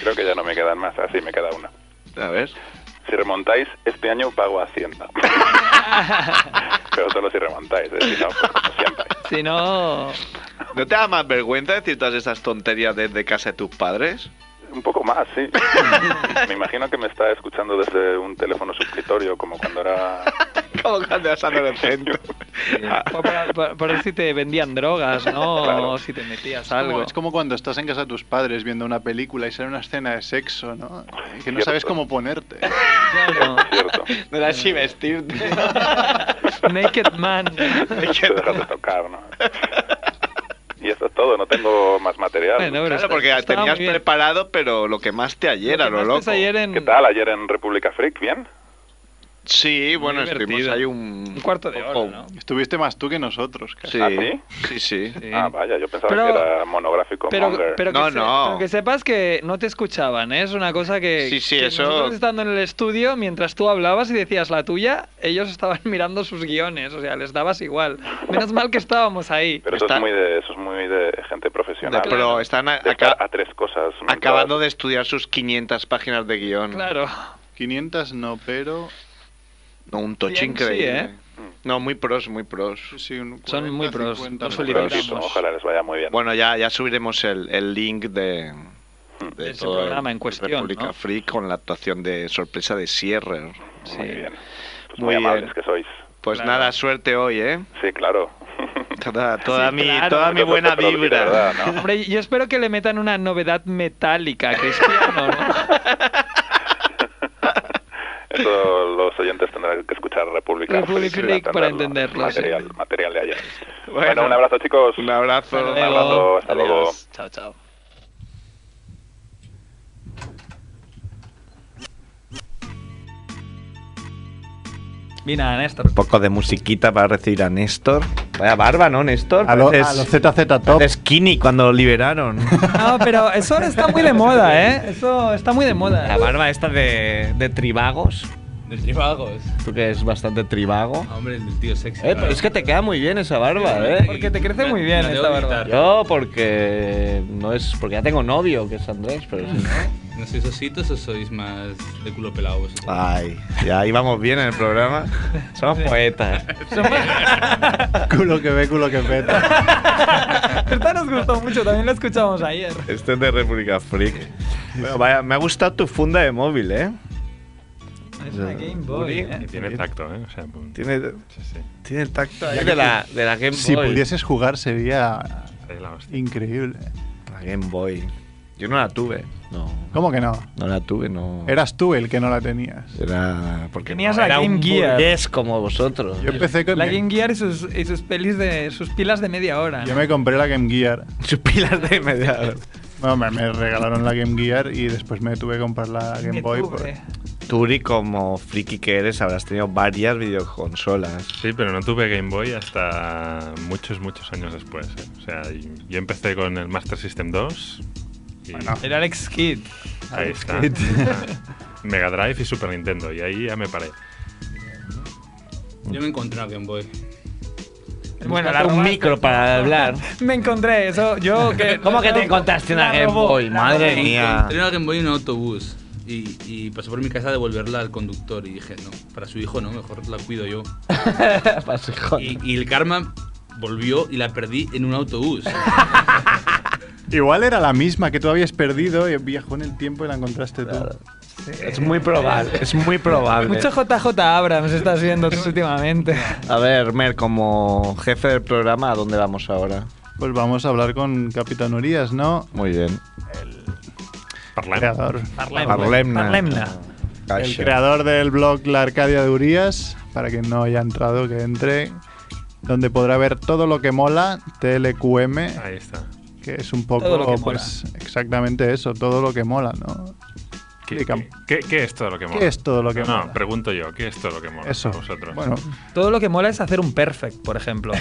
Speaker 14: Creo que ya no me quedan más, así me queda una.
Speaker 12: A ver.
Speaker 14: Si remontáis, este año pago Hacienda. pues Pero solo si remontáis, es decir, no, como siempre.
Speaker 1: Si no,
Speaker 12: ¿No te da más vergüenza decir todas esas tonterías desde casa de tus padres?
Speaker 14: Un poco más, sí. Me imagino que me está escuchando desde un teléfono suscriptorio, como cuando era...
Speaker 12: como cuando eras adolescente.
Speaker 1: O para, para- para si te vendían drogas, ¿no?
Speaker 2: Claro.
Speaker 1: O si te metías
Speaker 2: Es como-
Speaker 1: algo.
Speaker 2: es como cuando estás en casa de tus padres viendo una película y sale una escena de sexo, ¿no? Que no sabes cómo ponerte.
Speaker 12: No era así vestirte.
Speaker 1: Naked Man.
Speaker 14: Te dejas de tocar, ¿no? Y eso es todo, no tengo más material.
Speaker 12: claro, porque tenías preparado, pero lo que más te ayer a lo loco.
Speaker 14: ¿Qué tal ayer en República Freak? ¿Bien?
Speaker 12: Sí, bueno, estuvimos ahí un...
Speaker 1: cuarto de hora, ¿no?
Speaker 2: Estuviste más tú que nosotros. casi.
Speaker 12: Sí. ¿Ah, sí? Sí, sí.
Speaker 14: Ah, vaya, yo pensaba
Speaker 1: Pero-
Speaker 14: que era monográfico
Speaker 1: Pero,
Speaker 14: Monger.
Speaker 1: pero que se- pero que sepas que no te escuchaban, ¿eh? es una cosa que.
Speaker 12: Sí, sí,
Speaker 1: que
Speaker 12: eso-
Speaker 1: Nosotros estando en el estudio, mientras tú hablabas y decías la tuya, ellos estaban mirando sus guiones, o sea, les dabas igual. Menos mal que estábamos ahí.
Speaker 14: Pero eso, es muy de, eso es muy de gente profesional.
Speaker 12: De- pero están a-
Speaker 14: De estar a tres cosas. ¿no?
Speaker 12: Acabando de estudiar sus 500 páginas de guión.
Speaker 1: Claro.
Speaker 2: 500 no, pero...
Speaker 12: No, un tocho
Speaker 2: Bien, sí,
Speaker 12: increíble. No, muy pros, muy pros.
Speaker 1: Son muy pros.
Speaker 2: 50
Speaker 1: Los
Speaker 2: pros.
Speaker 1: felicitamos.
Speaker 14: Ojalá les vaya muy bien.
Speaker 12: Bueno, ya, ya subiremos el, el link de, de
Speaker 1: Ese programa en cuestión,
Speaker 12: República
Speaker 1: ¿no?
Speaker 12: Free con la actuación de sorpresa de Sierra.
Speaker 14: Muy bien. Pues muy, amables que sois.
Speaker 12: Pues nada, suerte hoy, ¿eh?
Speaker 14: Sí, claro.
Speaker 12: Toda, toda
Speaker 1: Sí,
Speaker 12: mi,
Speaker 1: claro.
Speaker 12: toda mi buena
Speaker 14: Pero de
Speaker 12: vibra.
Speaker 14: verdad, ¿no?
Speaker 1: Hombre, yo espero que le metan una novedad metálica, Cristiano, ¿no?
Speaker 14: Eso los oyentes tendrán que escuchar República
Speaker 1: Republic
Speaker 14: Freak
Speaker 1: Freak para
Speaker 14: entenderlo.
Speaker 1: entenderlo, sí.
Speaker 14: Material, material de ayer. Bueno, un abrazo, chicos.
Speaker 12: Un abrazo.
Speaker 14: Un abrazo. Hasta
Speaker 1: Adiós.
Speaker 14: luego.
Speaker 1: Chao, chao. Vine a Néstor.
Speaker 6: Un poco de musiquita para recibir a Néstor. Vaya barba, ¿no, Néstor?
Speaker 2: A, lo-
Speaker 6: Pareces-
Speaker 2: a los ZZ Top.
Speaker 6: pareces skinny cuando lo liberaron.
Speaker 1: No, pero eso ahora está muy de moda, ¿eh? Eso está muy de moda.
Speaker 6: La barba esta de, de tribagos.
Speaker 15: De tribagos.
Speaker 6: Tú que es bastante tribago.
Speaker 15: Hombre, el tío sexy.
Speaker 6: Eh, pero es que te queda muy bien esa barba, ¿eh?
Speaker 1: Porque te crece muy bien
Speaker 15: la debo
Speaker 1: esta barba.
Speaker 15: quitar.
Speaker 6: Yo porque no es porque ya tengo novio que es Andrés, pero si no.
Speaker 15: ¿No sois ositos o sois más de culo pelado vosotros?
Speaker 6: Ay, ya íbamos bien en el programa. Somos poetas.
Speaker 2: culo que ve, culo que peta.
Speaker 1: Esta nos gustó mucho, también la escuchamos ayer.
Speaker 6: Este es de República Freak. Bueno, vaya, me ha gustado tu funda de móvil, ¿eh?
Speaker 1: Es una Game Boy, ¿eh?
Speaker 8: Tiene tacto, ¿eh? O sea,
Speaker 6: Tiene, tiene el tacto ahí
Speaker 8: Ya
Speaker 6: de
Speaker 8: que-
Speaker 6: la, de la Game
Speaker 2: Si
Speaker 6: Boy.
Speaker 2: pudieses jugar sería
Speaker 8: ahí la hostia.
Speaker 2: increíble.
Speaker 6: La Game Boy. Yo no la tuve. No.
Speaker 2: ¿Cómo que no?
Speaker 6: No la tuve, no.
Speaker 2: Eras tú el que no la tenías.
Speaker 6: Era porque
Speaker 1: Tenías
Speaker 6: no,
Speaker 1: la
Speaker 6: era un
Speaker 1: Game Gear.
Speaker 6: burgués como vosotros.
Speaker 2: Yo empecé con
Speaker 1: La
Speaker 2: mi-
Speaker 1: Game Gear y sus, y sus pelis de sus pilas de media hora.
Speaker 2: Yo me compré la Game Gear.
Speaker 6: Sus pilas de media hora.
Speaker 2: Bueno, me, me regalaron la Game Gear y después me tuve que comprar la Game Boy. por-
Speaker 6: Turi, como friki que eres, habrás tenido varias videoconsolas.
Speaker 8: Sí, pero no tuve Game Boy hasta muchos, muchos años después. ¿eh? O sea, y- yo empecé con el Master System 2. y-
Speaker 2: Ah.
Speaker 1: Era Alex Kidd.
Speaker 8: Ahí
Speaker 1: Alex
Speaker 8: está. Ah,
Speaker 1: Kidd.
Speaker 8: Mega Drive y Super Nintendo. Y ahí ya me paré.
Speaker 15: Yo me encontré una Game Boy.
Speaker 1: Bueno,
Speaker 6: Buscaste
Speaker 1: la
Speaker 6: un
Speaker 1: robaste.
Speaker 6: micro para hablar.
Speaker 1: Me encontré eso. Yo que.
Speaker 6: ¿Cómo que te encontraste una
Speaker 1: La
Speaker 6: Game
Speaker 1: robó,
Speaker 6: Boy?
Speaker 1: la
Speaker 6: Madre
Speaker 1: robó.
Speaker 6: mía.
Speaker 15: Encontré una Game Boy en un autobús. Y, y pasó por mi casa a devolverla al conductor y dije, no, para su hijo no, mejor la cuido yo.
Speaker 6: Para su hijo.
Speaker 15: Y, y el karma volvió y la perdí en un autobús.
Speaker 2: Igual era la misma que tú habías perdido y viajó en el tiempo y la encontraste tú.
Speaker 6: Es muy probable, es muy probable.
Speaker 1: Mucho JJ Abrams estás viendo tú últimamente.
Speaker 6: A ver, Mer, como jefe del programa, ¿a dónde vamos ahora?
Speaker 2: Pues vamos a hablar con Capitán Urias, ¿no?
Speaker 6: Muy bien.
Speaker 8: Parlem.
Speaker 2: Creador.
Speaker 6: Parlemna. Parlemna. Parlemna.
Speaker 2: El creador del blog La Arcadia de Urias, para quien no haya entrado, que entre, donde podrá ver todo lo que mola, TLQM.
Speaker 8: Ahí está.
Speaker 2: Que es un
Speaker 8: Todo lo que
Speaker 2: poco,
Speaker 8: mola.
Speaker 2: pues, exactamente eso, todo lo que mola, ¿no?
Speaker 8: ¿Qué,
Speaker 2: Explica-
Speaker 8: qué, qué- qué es todo lo que
Speaker 2: ¿Qué
Speaker 8: mola?
Speaker 2: es todo lo que
Speaker 8: no,
Speaker 2: mola?
Speaker 8: No, Ah, pregunto yo. ¿Qué es todo lo que mola?
Speaker 2: Eso.
Speaker 8: a Vosotros.
Speaker 2: Bueno,
Speaker 1: Todo lo que mola es hacer un perfect, por ejemplo.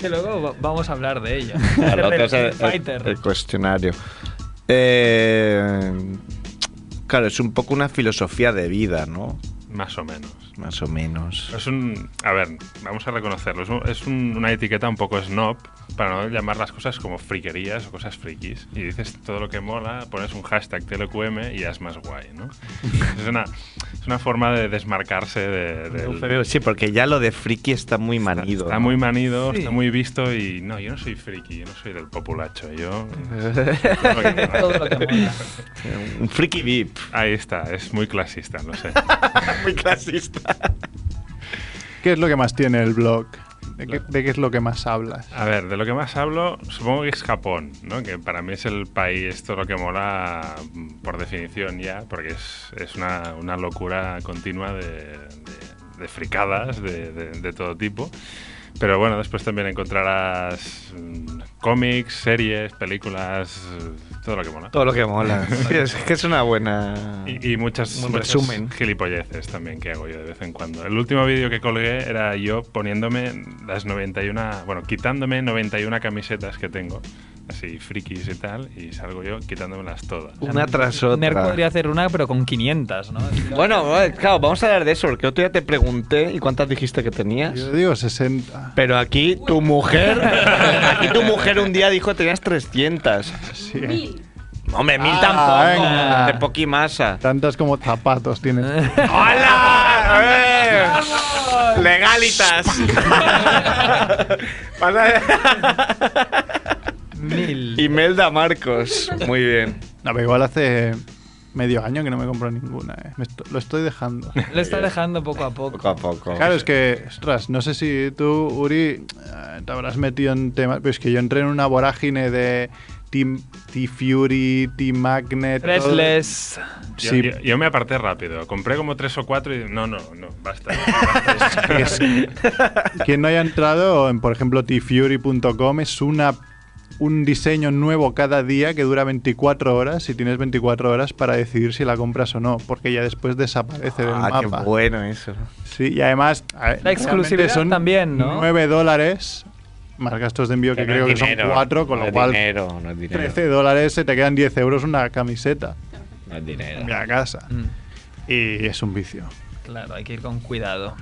Speaker 1: que luego va- vamos a hablar de ello.
Speaker 6: Claro,
Speaker 1: Hacer
Speaker 6: otro es
Speaker 1: el
Speaker 6: el,
Speaker 1: Fighter.
Speaker 6: el- el cuestionario. Eh, claro, es un poco una filosofía de vida, ¿no?
Speaker 8: Más o menos.
Speaker 6: Más o menos.
Speaker 8: Es un. A ver, vamos a reconocerlo. Es, un- es un- una etiqueta un poco snob para no llamar las cosas como friquerías o cosas frikis. Y dices todo lo que mola, pones un hashtag TLQM y ya es más guay, ¿no? es, una, es una forma de desmarcarse de, del-
Speaker 6: Pero Sí, porque ya lo de friki está muy manido.
Speaker 8: Está
Speaker 6: ¿no?
Speaker 8: muy manido,
Speaker 6: Sí.
Speaker 8: está muy visto y no, yo no soy friki, yo no soy del populacho, yo...
Speaker 6: Todo lo que mola. Un friki VIP.
Speaker 8: Ahí está, es muy clasista, no sé.
Speaker 6: muy clasista.
Speaker 2: ¿Qué es lo que más tiene el blog? ¿De qué, de qué es lo que más hablas?
Speaker 8: A ver, de lo que más hablo, supongo que es Japón, ¿no? Que para mí es el país, todo lo que mola mm, por definición ya, porque es, es una, una locura continua de, de- de fricadas de, de- de todo tipo. Pero bueno, después también encontrarás mm, cómics, series, películas, eh, todo lo que mola.
Speaker 6: Todo lo que mola. Sí, es que es una buena.
Speaker 8: Y, y muchas,
Speaker 6: Un
Speaker 8: muchas
Speaker 6: resumen.
Speaker 8: gilipolleces también que hago yo de vez en cuando. El último vídeo que colgué era yo poniéndome las 91, bueno, quitándome 91 camisetas que tengo, así frikis y tal, y salgo yo quitándomelas todas.
Speaker 1: Ner podría hacer una, pero con 500, ¿no?
Speaker 6: Bueno, bueno, claro, vamos a hablar de eso, porque otro día te pregunté y cuántas dijiste que tenías.
Speaker 2: Yo digo 60.
Speaker 6: Pero aquí tu mujer, aquí tu mujer un día dijo que tenías 300.
Speaker 2: Mil.
Speaker 6: Hombre, mil
Speaker 2: Ah,
Speaker 6: tampoco.
Speaker 2: venga.
Speaker 6: De poqui masa.
Speaker 2: Tantas como zapatos tienes.
Speaker 6: Eh. Legalitas.
Speaker 1: Mil.
Speaker 6: Imelda Marcos. Muy bien.
Speaker 2: No, pero igual hace medio año que no me compro ninguna, ¿eh? Me esto- lo estoy dejando.
Speaker 1: Lo está dejando poco a poco.
Speaker 6: Poco a
Speaker 8: pues
Speaker 6: poco.
Speaker 2: Claro, es que, ostras, no sé si tú, Uri, eh, te habrás metido en temas, pero es que yo entré en una vorágine de Team T-Fury, Team Magnet... todo-
Speaker 1: Restless.
Speaker 8: Yo,
Speaker 2: Sí,
Speaker 8: yo- yo me aparté rápido, compré como tres o cuatro y no, no, no, basta.
Speaker 2: Es- Quien no haya entrado en, por ejemplo, tfury.com es una un diseño nuevo cada día que dura 24 horas y tienes 24 horas para decidir si la compras o no, porque ya después desaparece del
Speaker 6: Ah, qué
Speaker 2: mapa.
Speaker 6: bueno eso.
Speaker 2: Sí, y además a ver,
Speaker 1: La exclusividad
Speaker 2: realmente son
Speaker 1: también, ¿no?
Speaker 2: 9 dólares más gastos de envío que, creo que son 4, con lo cual
Speaker 6: Dinero, no es dinero.
Speaker 2: 13 dólares se te quedan 10 euros una camiseta
Speaker 6: No es dinero.
Speaker 2: en la casa.
Speaker 1: Mm.
Speaker 2: Y es un vicio.
Speaker 1: Claro, hay que ir con cuidado.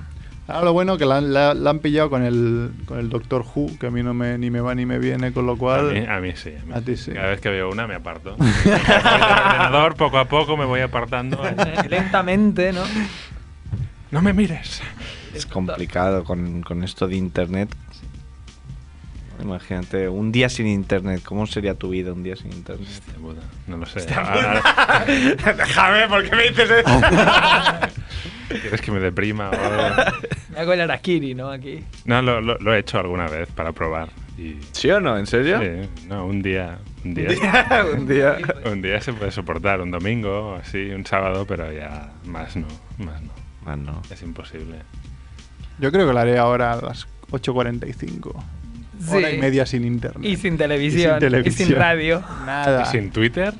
Speaker 2: Ahora lo bueno que la, han- la- la han pillado con el, con el Doctor Who, que a mí no me, ni me va ni me viene, con lo
Speaker 8: A
Speaker 2: cual...
Speaker 8: mí, a mí sí. a mí
Speaker 2: A ti sí.
Speaker 8: Cada vez que veo una me aparto. Voy al ordenador, poco a poco me voy apartando.
Speaker 1: Lentamente, ¿no?
Speaker 8: No me mires.
Speaker 6: Es complicado con, con esto de internet. Imagínate, un día sin internet. ¿Cómo sería tu vida un día sin internet?
Speaker 8: No lo sé.
Speaker 6: Déjame, ¿por qué me dices eso?
Speaker 8: ¿Quieres que me deprima o algo?
Speaker 1: Me hago el Arakiri, ¿no? Aquí.
Speaker 8: No, lo, lo- lo he hecho alguna vez para probar. Y...
Speaker 6: ¿Sí o no? ¿En serio?
Speaker 8: Sí, eh, no, un día. Un día,
Speaker 6: un día.
Speaker 8: un día se puede soportar, un domingo, así, un sábado, pero ya más no, más no.
Speaker 6: Más Ah, no.
Speaker 8: Es imposible.
Speaker 2: Yo creo que la haré ahora a las 8.45. Hora
Speaker 1: Sí.
Speaker 2: y media sin internet.
Speaker 1: Y sin televisión. Y sin,
Speaker 2: televisión.
Speaker 1: radio.
Speaker 2: Nada.
Speaker 8: ¿Y sin Twitter?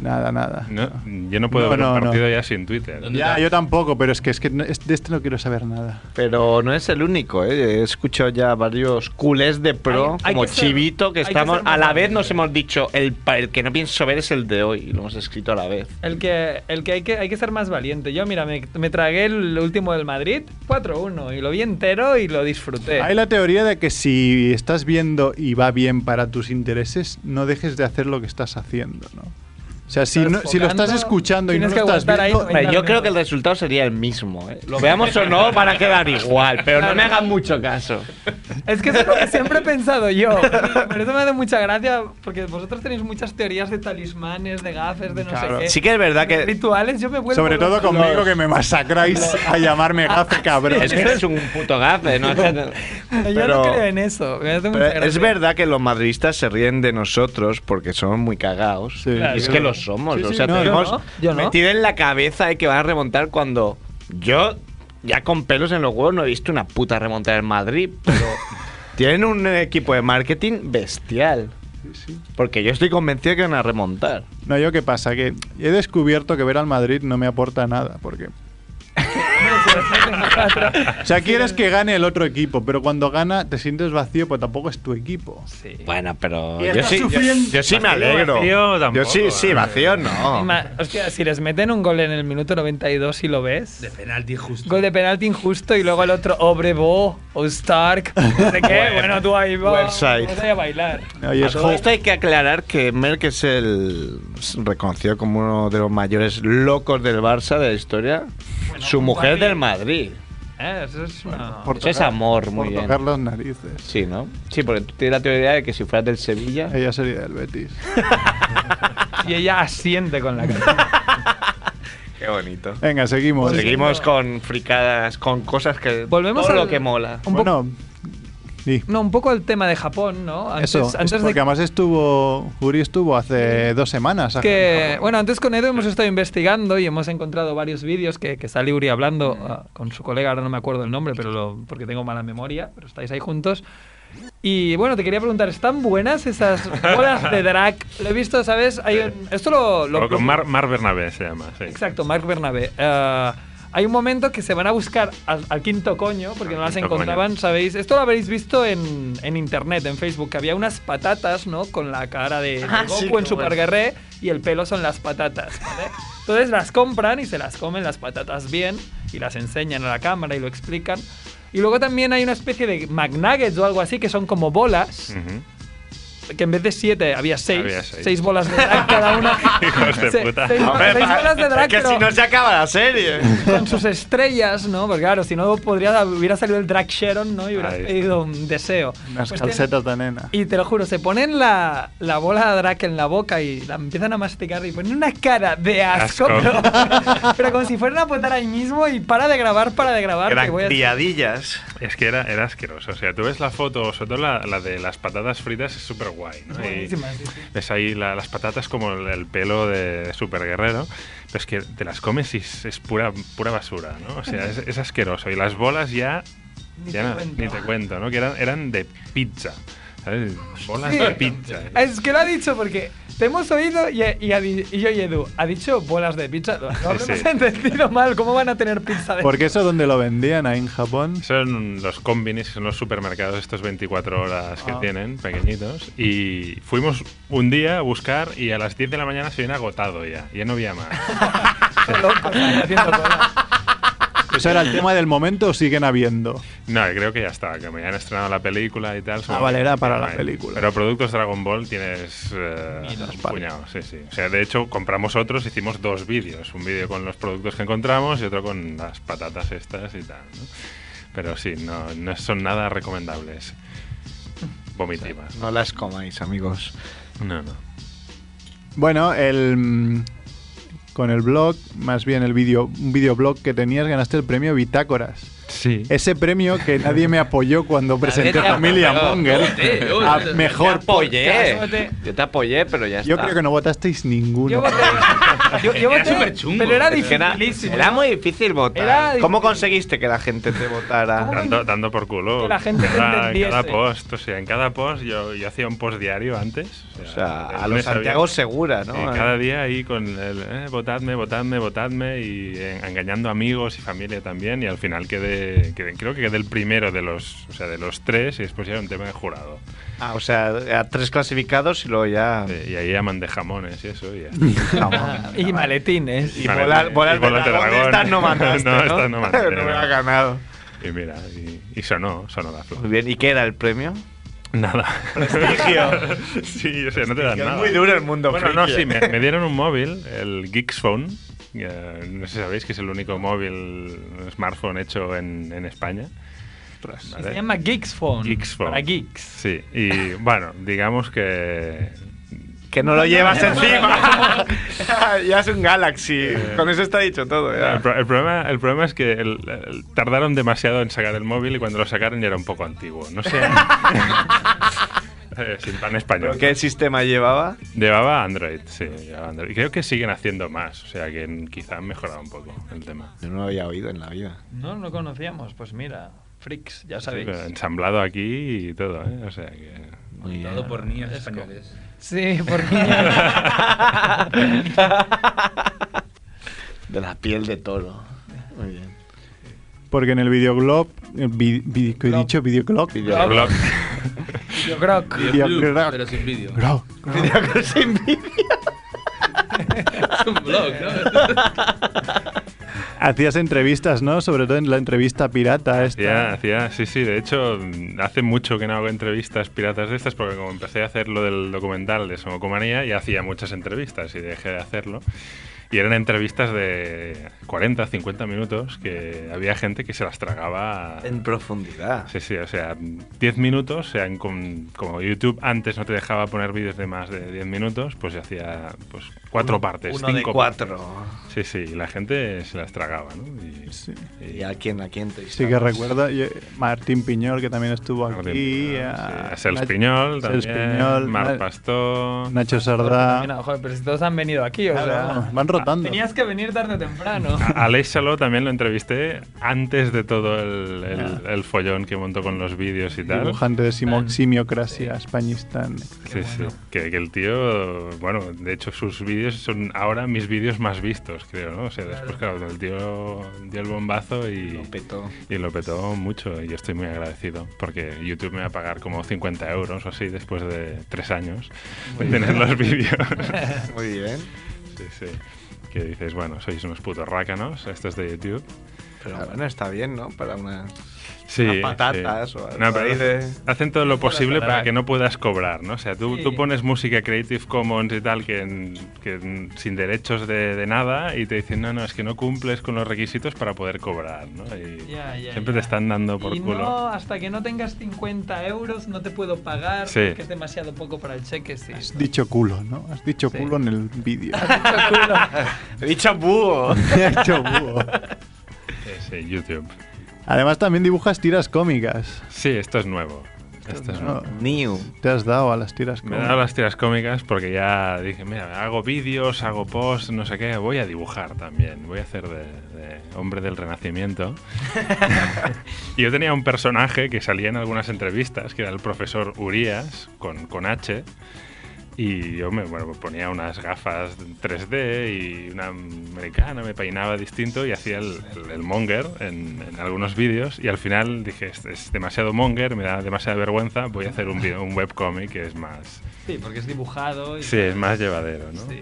Speaker 2: Nada, nada.
Speaker 8: No, yo no puedo
Speaker 2: Ah. No,
Speaker 8: ver
Speaker 2: no,
Speaker 8: un
Speaker 2: no.
Speaker 8: partido ya sin Twitter.
Speaker 2: Ya, yo tampoco, pero es que, es que no- es- de este no quiero saber nada.
Speaker 6: Pero no es el único, ¿eh? He escuchado ya varios culés de pro,
Speaker 1: Hay- hay
Speaker 6: como
Speaker 1: que ser-
Speaker 6: Chivito, que
Speaker 1: hay que
Speaker 6: estamos.
Speaker 1: ser
Speaker 6: a
Speaker 1: más
Speaker 6: la vez nos hemos dicho, el, pa- el que no pienso ver es el de hoy. Y lo hemos escrito a la vez.
Speaker 1: El que, el que, hay, que hay que ser más valiente. Yo, mira, me, me tragué el último del Madrid 4-1 y lo vi entero y lo disfruté.
Speaker 2: Hay la teoría de que si estás viendo y va bien para tus intereses, no dejes de hacer lo que estás haciendo, ¿no? O sea, si, no- si lo estás escuchando y no lo estás viendo...
Speaker 6: Hombre, yo creo que el resultado sería el mismo. ¿eh? Lo veamos o no, van a quedar igual. Pero no me hagan mucho caso.
Speaker 1: Es que eso es lo que siempre he pensado yo. Por eso me hace mucha gracia, porque vosotros tenéis muchas teorías de talismanes, de gafes, de no
Speaker 2: Claro.
Speaker 1: sé qué.
Speaker 2: Sí que es verdad que-
Speaker 1: Rituales, yo me vuelvo Ah,
Speaker 2: Sobre todo
Speaker 1: loco.
Speaker 2: conmigo que me masacráis a llamarme gafe, cabrón.
Speaker 6: Es que eres un puto gafe, ¿no?
Speaker 1: Yo
Speaker 6: Pero-
Speaker 1: no creo en eso. Me hace mucha
Speaker 6: Pero es
Speaker 1: gracia.
Speaker 6: verdad que los madridistas se ríen de nosotros porque somos muy cagados.
Speaker 1: Claro.
Speaker 6: Y es que lo somos.
Speaker 1: Sí, sí,
Speaker 6: o sea,
Speaker 1: no, yo
Speaker 6: tenemos
Speaker 1: no, yo no.
Speaker 6: metido en la cabeza de que van a remontar cuando yo, ya con pelos en los huevos, no he visto una puta remontada en Madrid. Pero tienen un equipo de marketing bestial. Porque yo estoy convencido que van a remontar.
Speaker 2: No, yo qué pasa, que he descubierto que ver al Madrid no me aporta nada, porque... O sea, quieres que gane el otro equipo, pero cuando gana te sientes vacío, pues tampoco es tu equipo.
Speaker 6: Bueno, pero
Speaker 2: Y
Speaker 6: yo
Speaker 2: estás
Speaker 6: sí, yo,
Speaker 2: sufriendo.
Speaker 6: yo sí me
Speaker 2: Vacío,
Speaker 6: alegro.
Speaker 2: vacío
Speaker 6: yo
Speaker 2: tampoco,
Speaker 6: sí, sí,
Speaker 2: eh.
Speaker 6: vacío no.
Speaker 1: Ima- Hostia, si les meten un gol en el minuto 92 y lo ves. De
Speaker 15: penalti injusto.
Speaker 1: Gol de penalti injusto y luego el otro, Obrebo o Stark. No sé qué. bueno, tú ahí vas.
Speaker 6: Website.
Speaker 1: Vamos ahí a bailar.
Speaker 6: A todo esto hay que aclarar que Merck es el es reconocido como uno de los mayores locos del Barça de la historia. Su mujer
Speaker 1: Madrid.
Speaker 6: del Madrid.
Speaker 1: Eh, eso es una-
Speaker 6: Ah, Eso es amor, muy
Speaker 2: por
Speaker 6: bien.
Speaker 2: tocar las narices.
Speaker 6: Sí, ¿no? Sí, porque tú tienes la teoría de que si fueras del Sevilla.
Speaker 2: Ella sería del Betis.
Speaker 1: Y ella asiente con la cabeza.
Speaker 6: Qué bonito.
Speaker 2: Venga, seguimos.
Speaker 6: pues Seguimos con fricadas, con cosas que.
Speaker 1: Volvemos
Speaker 6: todo
Speaker 1: al-
Speaker 6: lo que mola.
Speaker 1: un poco-
Speaker 2: Sí.
Speaker 1: No, un poco el tema de Japón, ¿no? Antes,
Speaker 2: Eso, es
Speaker 1: antes de
Speaker 2: porque además estuvo, Uri estuvo hace dos semanas. acá en
Speaker 1: que,
Speaker 2: Japón.
Speaker 1: bueno, antes con Edo hemos estado investigando y hemos encontrado varios vídeos que, que sale Uri hablando
Speaker 2: Mm.
Speaker 1: ah, con su colega, ahora no me acuerdo el nombre, pero lo- porque tengo mala memoria, pero estáis ahí juntos. Y bueno, te quería preguntar, ¿están buenas esas bolas de drag? Lo he visto, ¿sabes? Hay un- esto lo... lo-
Speaker 8: O con
Speaker 1: lo-
Speaker 8: Mar, Mar Bernabé se llama, sí.
Speaker 1: Exacto, Marc Bernabé. Eh, hay un momento que se van a buscar al, al quinto coño, porque no las
Speaker 8: quinto
Speaker 1: encontraban, ¿sabéis? Esto lo habréis visto en, en internet, en Facebook, que había unas patatas, ¿no? Con la cara de, de
Speaker 9: Ah,
Speaker 1: Goku
Speaker 9: sí,
Speaker 1: en
Speaker 9: como
Speaker 1: Super
Speaker 9: es.
Speaker 1: Guerré y el pelo son las patatas, ¿vale? Entonces las compran y se las comen las patatas bien y las enseñan a la cámara y lo explican. Y luego también hay una especie de McNuggets o algo así que son como bolas,
Speaker 8: Ujú.
Speaker 1: que en vez de siete había seis.
Speaker 8: Había seis.
Speaker 1: bolas de drag cada una.
Speaker 6: Hijos de
Speaker 1: Se-
Speaker 6: puta.
Speaker 1: seis-
Speaker 6: Hombre,
Speaker 1: seis
Speaker 6: pa-
Speaker 1: bolas de drag,
Speaker 6: es que
Speaker 1: pero-
Speaker 6: si no se acaba la serie.
Speaker 1: con sus estrellas, ¿no? Porque claro, si no podría, hubiera salido el drag Sharon, ¿no? Y hubieras
Speaker 2: Ahí.
Speaker 1: pedido un deseo.
Speaker 2: Unas
Speaker 1: Pues
Speaker 2: calcetas de nena.
Speaker 1: tienen- y te lo juro, se ponen la, la bola de drag en la boca y la empiezan a masticar y ponen una cara de
Speaker 6: Asco.
Speaker 1: asco. Pero, pero como si fueran a apuntar ahí mismo y para de grabar, para de grabar. que voy a-
Speaker 6: criadillas.
Speaker 8: Es que era, era asqueroso. O sea, tú ves la foto, sobre todo la, la de las patatas fritas, es súper guay. ¿no? Y Ves ahí la- las patatas como el, el pelo de Super Guerrero. Pero es que te las comes y es, es pura, pura basura, ¿no? O sea, es, es asqueroso. Y las bolas ya.
Speaker 1: Ni
Speaker 8: ya
Speaker 1: te
Speaker 8: no-
Speaker 1: cuento.
Speaker 8: ni te cuento, ¿no? Que eran, eran de pizza. ¿Sabes? Bolas
Speaker 1: Sí.
Speaker 8: de pizza.
Speaker 1: Es que lo ha dicho porque te hemos oído y, y ha di- y yo y Edu, ha dicho bolas de pizza. Lo habremos
Speaker 8: Sí.
Speaker 1: entendido mal. ¿Cómo van a tener pizza de
Speaker 2: Porque eso donde lo vendían ahí en Japón.
Speaker 8: Son los combinis, son los supermercados estos 24 horas que
Speaker 2: Ah.
Speaker 8: tienen, pequeñitos. Y fuimos un día a buscar y a las 10 de la mañana se viene agotado ya. Ya no había más.
Speaker 2: ¿Eso era el tema del momento o siguen habiendo?
Speaker 8: No, creo que ya está, que me han estrenado la película y tal.
Speaker 2: Ah, vale, era para
Speaker 8: Ya
Speaker 2: la
Speaker 8: no hay.
Speaker 2: película.
Speaker 8: Pero productos Dragon Ball tienes eh, un puñado, sí, sí. O sea, de hecho, compramos otros, hicimos dos vídeos. Un vídeo con los productos que encontramos y otro con las patatas estas y tal. ¿no? Pero sí, no, no son nada recomendables. Vomitivas.
Speaker 6: No las comáis, amigos.
Speaker 8: No, no.
Speaker 2: Bueno, el mm, con el blog, más bien el vídeo, un videoblog que tenías, ganaste el premio Bitácoras.
Speaker 8: Sí.
Speaker 2: Ese premio que nadie me apoyó cuando presenté
Speaker 6: te
Speaker 2: a Familia
Speaker 6: apoyó.
Speaker 2: Monger.
Speaker 6: Yo
Speaker 2: A
Speaker 6: te-
Speaker 2: mejor
Speaker 6: te apoyé.
Speaker 2: podcast.
Speaker 6: Yo te apoyé, pero ya
Speaker 2: Yo
Speaker 6: está.
Speaker 2: creo que no votasteis ninguno.
Speaker 1: Yo voté. Yo, yo voté, Pero era dificilísimo.
Speaker 6: Era, muy difícil votar.
Speaker 1: Era
Speaker 6: ¿Cómo conseguiste que la gente te votara?
Speaker 8: Dando, dando por culo.
Speaker 1: Que la gente te
Speaker 8: cada,
Speaker 1: entendiese.
Speaker 8: cada post, o sea, en cada post yo, yo hacía un post diario antes. O sea,
Speaker 6: a
Speaker 8: el
Speaker 6: lo
Speaker 8: lunes a
Speaker 6: Santiago
Speaker 8: viernes.
Speaker 6: Segura, ¿no? eh.
Speaker 8: Y Eh, cada día ahí con el, eh, votadme, votadme, votadme y eh, engañando amigos y familia también. Y al final quedé, quedé- creo que quedé el primero de los, o sea, de los tres y después ya era un tema de jurado.
Speaker 6: Ah, o sea, a tres clasificados y luego ya.
Speaker 8: Y ahí ya mandé jamones y eso. Y ya está.
Speaker 6: Jamón.
Speaker 1: Y ¿eh? maletines.
Speaker 6: Y bolas- bolas de dragón, estas no mandaste,
Speaker 8: no,
Speaker 6: ¿no?
Speaker 8: estas no mandaste,
Speaker 6: No me la ha ganado.
Speaker 8: Y mira, y, y sonó, sonó la flor.
Speaker 6: Muy bien, ¿y qué era el premio?
Speaker 8: Nada.
Speaker 6: Prestigio.
Speaker 8: sí, o sea, no te dan
Speaker 6: Es
Speaker 8: nada.
Speaker 6: muy duro el mundo
Speaker 8: Bueno, no,
Speaker 6: friki. ¿eh?
Speaker 8: sí, me, me dieron un móvil, el Geeks Phone. eh, no sé si sabéis que es el único móvil, smartphone hecho en, en España.
Speaker 1: Y Se llama Geeks Phone.
Speaker 8: Geeks Phone.
Speaker 1: Para geeks.
Speaker 8: Sí, y bueno, digamos que.
Speaker 6: Que no lo llevas encima. ya es un Galaxy. Con eso está dicho todo. ya.
Speaker 8: El, pro- el problema, el problema es que el- el- tardaron demasiado en sacar el móvil y cuando lo sacaron ya era un poco antiguo. No sé. Eh, Sin pan español.
Speaker 6: ¿Pero qué sistema llevaba?
Speaker 8: Llevaba Android, sí, llevaba Android. Y creo que siguen haciendo más, o sea que quizá han mejorado un poco el tema.
Speaker 6: Yo no lo había oído en la vida.
Speaker 1: No, no conocíamos. Pues mira, freaks, ya sabéis.
Speaker 8: Ensamblado aquí y todo, ¿eh? O sea que.
Speaker 15: Dado por niños españoles.
Speaker 1: Sí, por niños.
Speaker 6: De la piel de toro. Muy bien.
Speaker 2: Porque en el videoglob. eh, vi- vi- ¿Qué he dicho? Videoglob.
Speaker 1: Videoglob. Videoglob.
Speaker 2: Videoglob.
Speaker 15: Pero sin vídeo.
Speaker 2: Glob.
Speaker 15: Videocroc
Speaker 6: sin vídeo.
Speaker 15: es un blog, ¿no?
Speaker 2: Hacías entrevistas, ¿no? Sobre todo en la entrevista pirata esta.
Speaker 8: Hacía, hacía- sí, sí, de hecho, mm, hace mucho que no hago entrevistas piratas de estas, porque como empecé a hacer lo del documental de Somocomanía, ya hacía muchas entrevistas y dejé de hacerlo. Y eran entrevistas de 40, 50 minutos que había gente que se las tragaba.
Speaker 6: En profundidad.
Speaker 8: Sí, sí, o sea, mm, 10 minutos, o sea, en com- como YouTube antes no te dejaba poner vídeos de más de 10 minutos, pues se hacía pues, cuatro
Speaker 6: Uno-
Speaker 8: partes.
Speaker 6: uno de
Speaker 8: cinco
Speaker 6: cuatro.
Speaker 8: partes. Sí, sí, y la gente se las tragaba, ¿no? Y,
Speaker 6: ¿Y a quién, a quién
Speaker 2: Sí que recuerdo yo- Martín Piñol, que también estuvo aquí.
Speaker 8: A
Speaker 2: A
Speaker 8: Sels
Speaker 2: Nach-
Speaker 8: Piñol,
Speaker 2: Sels
Speaker 8: también,
Speaker 2: Piñol,
Speaker 8: Mar
Speaker 2: Na-
Speaker 8: Pastor.
Speaker 2: Nacho Sardá.
Speaker 1: Mira, joder, pero si todos han venido aquí, o
Speaker 2: Claro,
Speaker 1: sea.
Speaker 2: van rotando.
Speaker 1: Tenías que venir tarde o temprano.
Speaker 8: A Aleix Saló también lo entrevisté antes de todo el, el- el follón que montó con los vídeos y tal.
Speaker 2: Dibujante de simo- simiocracia españista.
Speaker 8: Sí, sí. Que, que el tío, bueno, de hecho sus vídeos son ahora mis vídeos más vistos, creo, ¿no? O sea, después, claro, el tío dio el bombazo y lo
Speaker 6: petó.
Speaker 8: Y lo petó mucho y yo estoy muy agradecido porque YouTube me va a pagar como 50 euros o así después de tres años
Speaker 6: Muy
Speaker 8: de tener
Speaker 6: bien.
Speaker 8: los vídeos.
Speaker 6: Muy bien.
Speaker 8: Sí, sí. Que dices, bueno, sois unos putos rácanos, estos de YouTube.
Speaker 6: Pero bueno, está bien, ¿no? Para una,
Speaker 8: Sí,
Speaker 6: unas patatas
Speaker 8: sí.
Speaker 6: o algo
Speaker 8: No, pero
Speaker 6: ahí de-
Speaker 8: Hacen todo lo posible para
Speaker 6: carac.
Speaker 8: que no puedas cobrar, ¿no? O sea, tú,
Speaker 6: Sí.
Speaker 8: tú pones música Creative Commons y tal, que, en- que en- sin derechos de, de nada, y te dicen, no, no, es que no cumples con los requisitos para poder cobrar, ¿no? Y
Speaker 1: Ya, ya,
Speaker 8: siempre te
Speaker 1: ya.
Speaker 8: están dando por
Speaker 1: y
Speaker 8: culo.
Speaker 1: no, hasta que no tengas 50 euros no te puedo pagar,
Speaker 8: Sí.
Speaker 1: que es demasiado poco para el cheque, sí.
Speaker 2: Has dicho culo, ¿no? Has dicho
Speaker 1: Sí.
Speaker 2: culo en el vídeo.
Speaker 6: He dicho búho.
Speaker 2: He dicho búho.
Speaker 8: Sí, sí, YouTube.
Speaker 2: Además también dibujas tiras cómicas.
Speaker 8: Sí, esto es nuevo. Esto es nuevo.
Speaker 6: New.
Speaker 2: Te has dado a las tiras
Speaker 8: Me he
Speaker 2: cómicas.
Speaker 8: dado las tiras cómicas porque ya dije, mira, hago vídeos, hago posts, no sé qué, voy a dibujar también, voy a hacer de, de hombre del renacimiento. y yo tenía un personaje que salía en algunas entrevistas, que era el profesor Urias, con, con H, y yo me bueno, me ponía unas gafas 3D y una americana, me peinaba distinto y hacía el, el- el monger en, en algunos vídeos. Y al final dije, es, es demasiado monger, me da demasiada vergüenza, voy a hacer un, vídeo- un webcomic que es más,
Speaker 1: Sí, porque es dibujado. Y
Speaker 8: sí, es más llevadero, ¿no?
Speaker 1: Sí.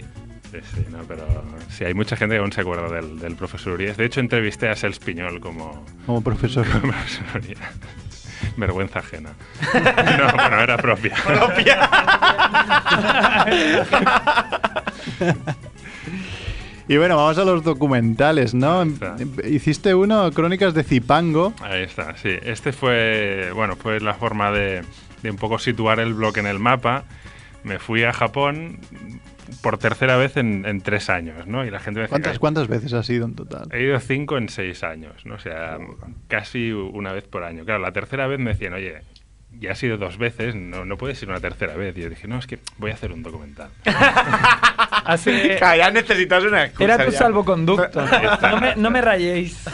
Speaker 8: Sí, sí, no, pero sí, hay mucha gente que aún se acuerda del, del profesor Urias. De hecho, entrevisté a Sels Piñol como,
Speaker 2: Como profesor.
Speaker 8: como profesor Urias. Vergüenza ajena. No, bueno, era propia.
Speaker 2: Y bueno, vamos a los documentales, ¿no? Em, Hiciste uno, Crónicas de Zipango.
Speaker 8: Ahí está, sí. Este fue, bueno, fue la forma de, de un poco situar el bloque en el mapa. Me fui a Japón por tercera vez en, en tres años, ¿no? Y la gente me decía,
Speaker 2: ¿Cuántas, ¿Cuántas veces has ido en total?
Speaker 8: He ido cinco en seis años, ¿no? O sea, casi una vez por año. Claro, la tercera vez me decían, oye, ya has ido dos veces, no, no puedes ir una tercera vez. Y yo dije, no, es que voy a hacer un documental.
Speaker 1: Así que-
Speaker 6: Claro, ya necesitas una excusa.
Speaker 1: Era tu
Speaker 6: ya.
Speaker 1: salvoconducto. No me, no me rayéis.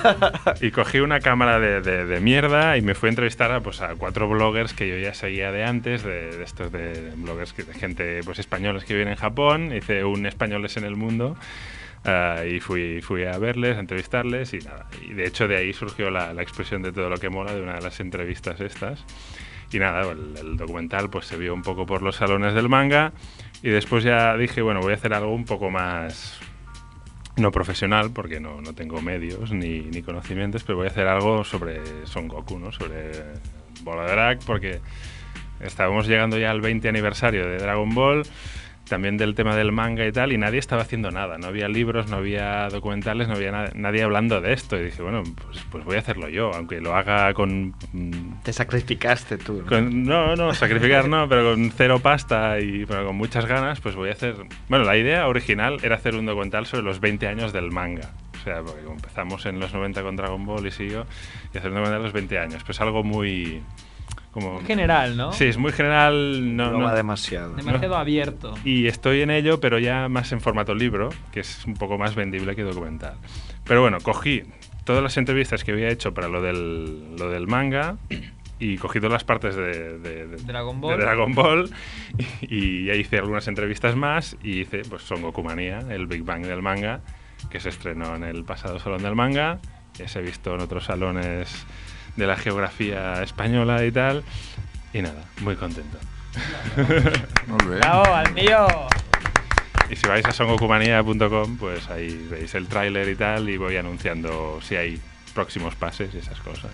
Speaker 8: Y cogí una cámara de, de- de mierda y me fui a entrevistar a, pues, a cuatro bloggers que yo ya seguía de antes, de, de estos de bloggers, que, de gente pues, españoles que viven en Japón. Hice un Españoles en el Mundo ah, y fui, fui a verles, a entrevistarles y nada. Y de hecho de ahí surgió la, la expresión de todo lo que mola de una de las entrevistas estas. Y nada, el, el documental pues se vio un poco por los salones del manga y después ya dije, bueno, voy a hacer algo un poco más no profesional, porque no, no tengo medios ni, ni conocimientos, pero voy a hacer algo sobre Son Goku, ¿no? Sobre Bola de Drag, porque estábamos llegando ya al 20 aniversario de Dragon Ball, también del tema del manga y tal, y nadie estaba haciendo nada. No había libros, no había documentales, no había na- nadie hablando de esto. Y dije, bueno, pues, pues voy a hacerlo yo, aunque lo haga con mm,
Speaker 6: Te sacrificaste tú. ¿no?
Speaker 8: con- no, no, sacrificar no, pero con cero pasta y bueno, con muchas ganas, pues voy a hacer... Bueno, la idea original era hacer un documental sobre los 20 años del manga. O sea, porque como empezamos en los 90 con Dragon Ball y siguió, y hacer un documental de los 20 años. Pues algo muy... Como...
Speaker 1: General, ¿no?
Speaker 8: Sí, es muy general. No,
Speaker 6: No
Speaker 8: no-
Speaker 6: va demasiado.
Speaker 1: Demasiado abierto.
Speaker 8: y estoy en ello, pero ya más en formato libro, que es un poco más vendible que documental. Pero bueno, cogí todas las entrevistas que había hecho para lo del, lo del manga y cogí todas las partes de, de- de-
Speaker 1: Dragon Ball.
Speaker 8: de Dragon Ball y, ya hice algunas entrevistas más y hice pues Son Goku Manía, el Big Bang del manga, que se estrenó en el pasado Salón del Manga les he visto en otros salones de la geografía española y tal. Y nada, muy contento.
Speaker 3: Molt bé.
Speaker 1: Bravo, al mío.
Speaker 8: Y si vais a songokumanía.com, pues ahí veis el tráiler y tal, y voy anunciando si hay próximos pases y esas cosas.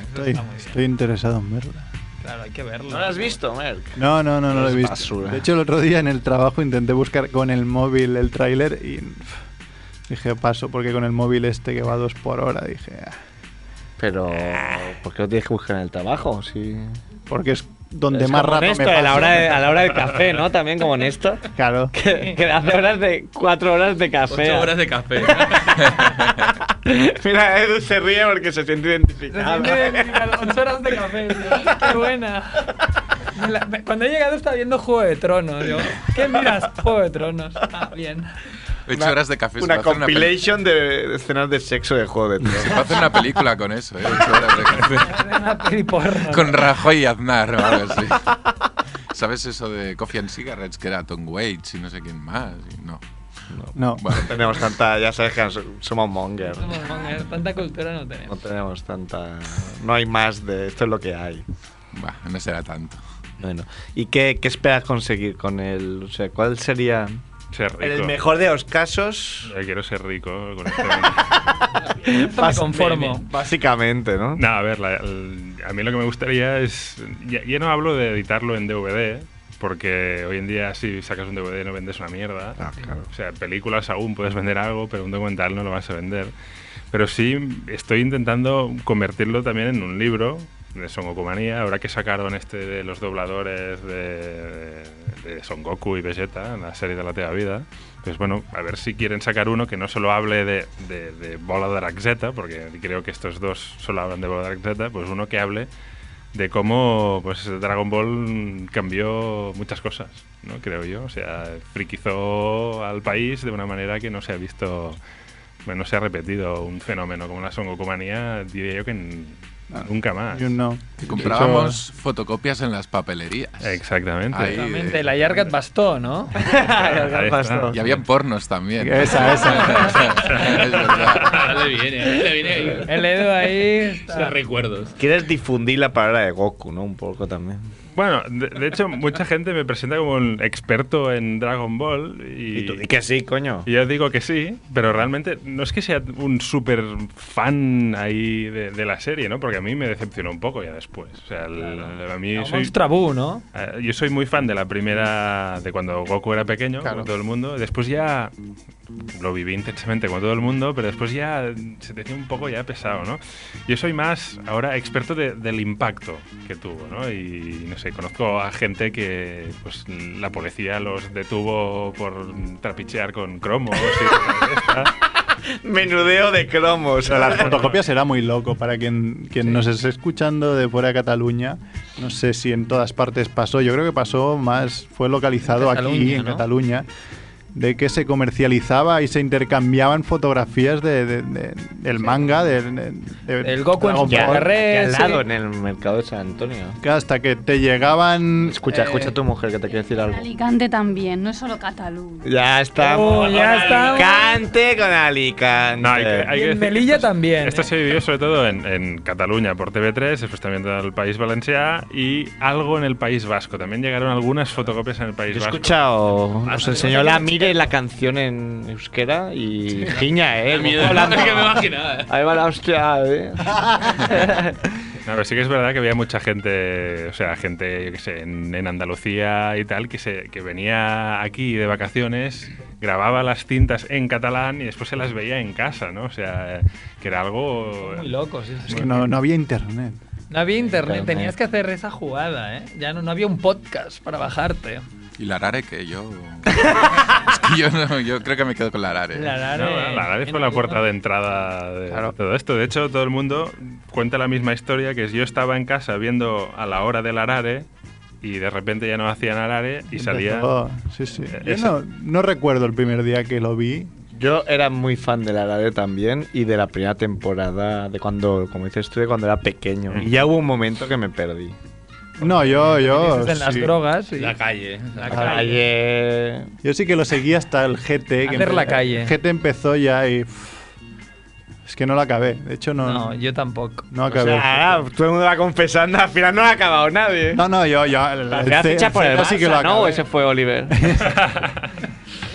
Speaker 2: Estoy, estoy interesado en verla.
Speaker 1: Claro, hay que verlo.
Speaker 6: ¿No lo has visto, Merck?
Speaker 2: No, no, no, no lo he
Speaker 6: Es
Speaker 2: visto.
Speaker 6: basura.
Speaker 2: De hecho, el otro día en el trabajo intenté buscar con el móvil el tráiler y pff, dije paso, porque con el móvil este que va a dos por hora, dije, ah,
Speaker 6: Pero, ¿por qué lo tienes que buscar en el trabajo? Sí.
Speaker 2: porque es donde más
Speaker 6: como
Speaker 2: rato
Speaker 6: esto,
Speaker 2: me
Speaker 6: a la
Speaker 2: paso.
Speaker 6: hora de- a la hora del café, ¿no? También como en esto.
Speaker 2: Claro.
Speaker 6: Que, que hace horas de cuatro horas de café.
Speaker 15: Ocho horas de café.
Speaker 6: Mira, Edu se ríe porque se siente identificado.
Speaker 1: Ocho horas de café, tío. Qué buena. Me la- me- Cuando he llegado estaba viendo Juego de Tronos. Yo, ¿Qué miras? Juego de Tronos. Ah, bien.
Speaker 3: Ocho
Speaker 6: Una-
Speaker 3: horas de café. se
Speaker 6: Una
Speaker 3: va a hacer una peli-
Speaker 6: compilation de, de escenas de sexo de juego de
Speaker 3: Se va a hacer una película con eso, ¿eh? Ocho horas de café. Con Rajoy y Aznar o algo así. ¿Sabes eso de Coffee and Cigarettes que era Tom Waits y no sé quién más? Y No.
Speaker 2: No.
Speaker 3: Bueno.
Speaker 6: tenemos tanta, ya sabes que nos- somos monger.
Speaker 1: Somos mongers, Tanta cultura no
Speaker 6: No
Speaker 1: tenemos.
Speaker 6: tenemos tanta. No hay más de esto es lo que hay.
Speaker 3: Bah, no será tanto.
Speaker 6: Bueno, ¿y qué, qué esperas conseguir con él? O sea, ¿cuál sería
Speaker 8: Ser rico.
Speaker 6: el mejor de los casos?
Speaker 8: Yo quiero ser rico con este
Speaker 6: Bas- Básicamente, ¿no?
Speaker 8: No, a ver, la- el- a mí lo que me gustaría es. Ya, ya no hablo de editarlo en DVD, porque hoy en día si sacas un DVD no vendes una mierda. O sea, películas aún puedes vender algo, pero un documental no lo vas a vender. Pero sí estoy intentando convertirlo también en un libro de Son Gokumanía. Ahora que sacaron este de los dobladores de, de Son Goku y Vegeta, en la serie de la Teva Vida. Pues bueno, a ver si quieren sacar uno que no solo hable de, de, de Bola de Araxeta, porque creo que estos dos solo hablan de Bola de Araxeta, pues uno que hable de cómo pues Dragon Ball cambió muchas cosas, ¿no? Creo yo. O sea, friquizó al país de una manera que no se ha visto, bueno, no se ha repetido un fenómeno como la Son Gokumanía, diría yo que n- nunca más.
Speaker 2: You know.
Speaker 3: Comprábamos fotocopias en las papelerías.
Speaker 8: Exactamente. Ah,
Speaker 3: Ahí,
Speaker 1: Exactamente,
Speaker 3: eh,
Speaker 1: la Yargat bastó, ¿no?
Speaker 8: Ahí está.
Speaker 3: Y habían pornos también.
Speaker 1: Esa,
Speaker 3: esa. es verdad.
Speaker 15: Ahora le viene, ahora le viene ahí.
Speaker 1: El Edu ahí.
Speaker 15: Los recuerdos.
Speaker 6: Quieres difundir la palabra de Goku, ¿no? Un poco también.
Speaker 8: Bueno, de, de hecho, mucha gente me presenta como un experto en Dragon Ball. Y,
Speaker 6: Y, tú, y que sí, coño.
Speaker 8: y yo digo que sí, pero realmente no es que sea un súper fan ahí de, de la serie, ¿no? Porque a mí me decepcionó un poco ya después. O sea, el- a mí
Speaker 1: Como
Speaker 8: soy,
Speaker 1: un Strabú, ¿no?
Speaker 8: eh, yo soy muy fan de la primera, de cuando Goku era pequeño, como todo el mundo. Después ya lo viví intensamente como todo el mundo, pero después ya se te hacía un poco ya pesado, ¿no? Yo soy más ahora experto de- del impacto que tuvo, ¿no? Y no sé, conozco a gente que pues la policía los detuvo por trapichear con cromos y
Speaker 6: Menudeo de cromos.
Speaker 2: Pero las fotocopias será muy loco para quien, quien nos esté escuchando de fuera de Cataluña. No sé si en todas partes pasó. Yo creo que pasó más, fue localizado
Speaker 1: En
Speaker 2: aquí
Speaker 1: Cataluña,
Speaker 2: en
Speaker 1: ¿no?
Speaker 2: Cataluña, de que se comercializaba y se intercambiaban fotografías de, de- de- del manga, del
Speaker 1: El Goku en
Speaker 6: Que,
Speaker 1: Dragon Ball.
Speaker 6: que al
Speaker 1: sí.
Speaker 6: lado en el mercado de San Antonio.
Speaker 2: Hasta que te llegaban.
Speaker 6: Escucha,
Speaker 1: Eh.
Speaker 6: escucha a tu mujer que te quiere decir algo.
Speaker 16: Alicante también, no es solo Cataluña.
Speaker 6: Ya estamos.
Speaker 1: Oh, ya estamos.
Speaker 6: Alicante con Alicante.
Speaker 8: No, hay que- hay
Speaker 1: Y
Speaker 8: que
Speaker 1: en
Speaker 8: decir-
Speaker 1: Melilla ¿eh? también.
Speaker 8: Esto se vivió sobre todo en, en Cataluña por TV3, después también en el País Valencià y algo en el País Vasco. También llegaron algunas fotocopias en el País
Speaker 6: Yo he
Speaker 8: Vasco.
Speaker 6: escuchado, nos enseñó la Mire la canción en euskera y giña, eh.
Speaker 15: miedo,
Speaker 6: Como hablando.
Speaker 15: es que me imaginaba, eh.
Speaker 6: Ahí va la hostia, eh.
Speaker 8: No, pero sí que es verdad que había mucha gente, o sea, gente, yo qué sé, en, en Andalucía y tal, que, se, que venía aquí de vacaciones, grababa las cintas en catalán y después se las veía en casa, ¿no? O sea, que era algo...
Speaker 1: Muy locos. sí, sí.
Speaker 2: Es que no, no había internet.
Speaker 1: No había internet,
Speaker 2: Internet.
Speaker 1: tenías que hacer esa jugada, ¿eh? Ya no, no había un podcast para bajarte.
Speaker 3: Y la Arare que yo. es que yo, no, yo creo que me quedo con la Arare.
Speaker 1: La Arare.
Speaker 8: No,
Speaker 6: eh,
Speaker 8: bueno, la Arare fue la puerta de entrada de todo esto. De hecho, todo el mundo cuenta la misma historia, que es yo estaba en casa viendo a la hora del Arare y de repente ya no hacían Arare y salía...
Speaker 2: Empezó- sí, sí. Yo
Speaker 8: Esa-
Speaker 2: no, no recuerdo el primer día que lo vi.
Speaker 6: Yo era muy fan de la Arade también y de la primera temporada, de cuando, como dices tú, de cuando era pequeño. Y ya hubo un momento que me perdí.
Speaker 2: No, yo, yo.
Speaker 1: Dices en las
Speaker 2: Oh, sí.
Speaker 1: drogas y
Speaker 15: La calle. La calle.
Speaker 6: Calle.
Speaker 2: Yo sí que lo seguí hasta el GT. que
Speaker 1: Hacer la
Speaker 2: empe-
Speaker 1: calle.
Speaker 2: GT empezó ya y. pff, Es que no la acabé. De hecho, no.
Speaker 1: No, yo tampoco.
Speaker 2: No acabé.
Speaker 6: O sea, ahora todo el mundo va confesando, al final no ha acabado nadie.
Speaker 2: No, no, yo, yo.
Speaker 17: Te has fichado por el
Speaker 2: sí que lo
Speaker 17: Barça, ¿no?
Speaker 2: acabé.
Speaker 17: ¿O ese fue Oliver?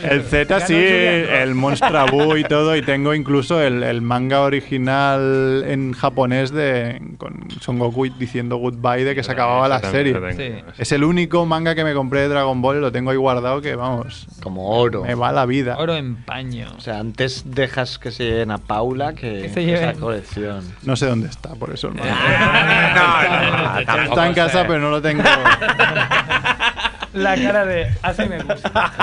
Speaker 2: El Z sí, el Monstra Buu y todo, y tengo incluso el, el manga original en japonés de con Son Goku diciendo goodbye de que se acababa la
Speaker 6: ese
Speaker 2: serie.
Speaker 6: también lo tengo.
Speaker 2: Es el único manga que me compré de Dragon Ball y lo tengo ahí guardado que vamos.
Speaker 6: Como oro.
Speaker 2: Me va la vida.
Speaker 1: Oro en paño.
Speaker 6: O sea, antes dejas que se lleven a Paula que,
Speaker 1: se
Speaker 6: que esa
Speaker 1: lleven.
Speaker 6: colección.
Speaker 2: No sé dónde está, por eso. hermano.
Speaker 6: Ah, tampoco
Speaker 2: está en casa,
Speaker 6: sé.
Speaker 2: pero no lo tengo.
Speaker 1: La cara de. Así me gusta.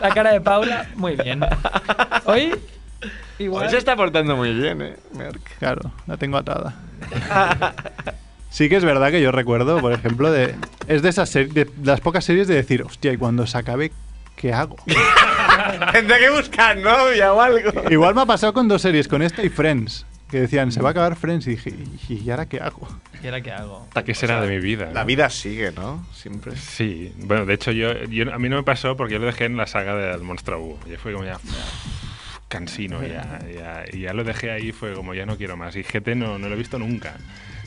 Speaker 1: La cara de Paula, muy bien. Hoy, igual.
Speaker 6: Hoy se está portando muy bien, ¿eh? Merck.
Speaker 2: Claro, la tengo atada. Sí que es verdad que yo recuerdo, por ejemplo, de es de esas series, de las pocas series de decir, hostia, y cuando se acabe, ¿qué hago?
Speaker 6: Tendré que buscar novia o algo.
Speaker 2: Igual me ha pasado con dos series, con esta y Friends, que decían, se va a acabar Friends, y dije, "¿Y- ¿y ahora qué hago?
Speaker 1: ¿Y ahora qué hago?
Speaker 8: ¿Qué será de mi vida?
Speaker 6: La
Speaker 8: no?
Speaker 6: vida sigue, ¿no? Siempre.
Speaker 8: Sí, bueno, de hecho yo, yo- a mí no me pasó porque yo lo dejé en la saga del Monstruo Búho. Ya fue como ya uff, cansino, ya, ya, y ya lo dejé ahí, fue como ya no quiero más. Y GT no, no lo he visto nunca.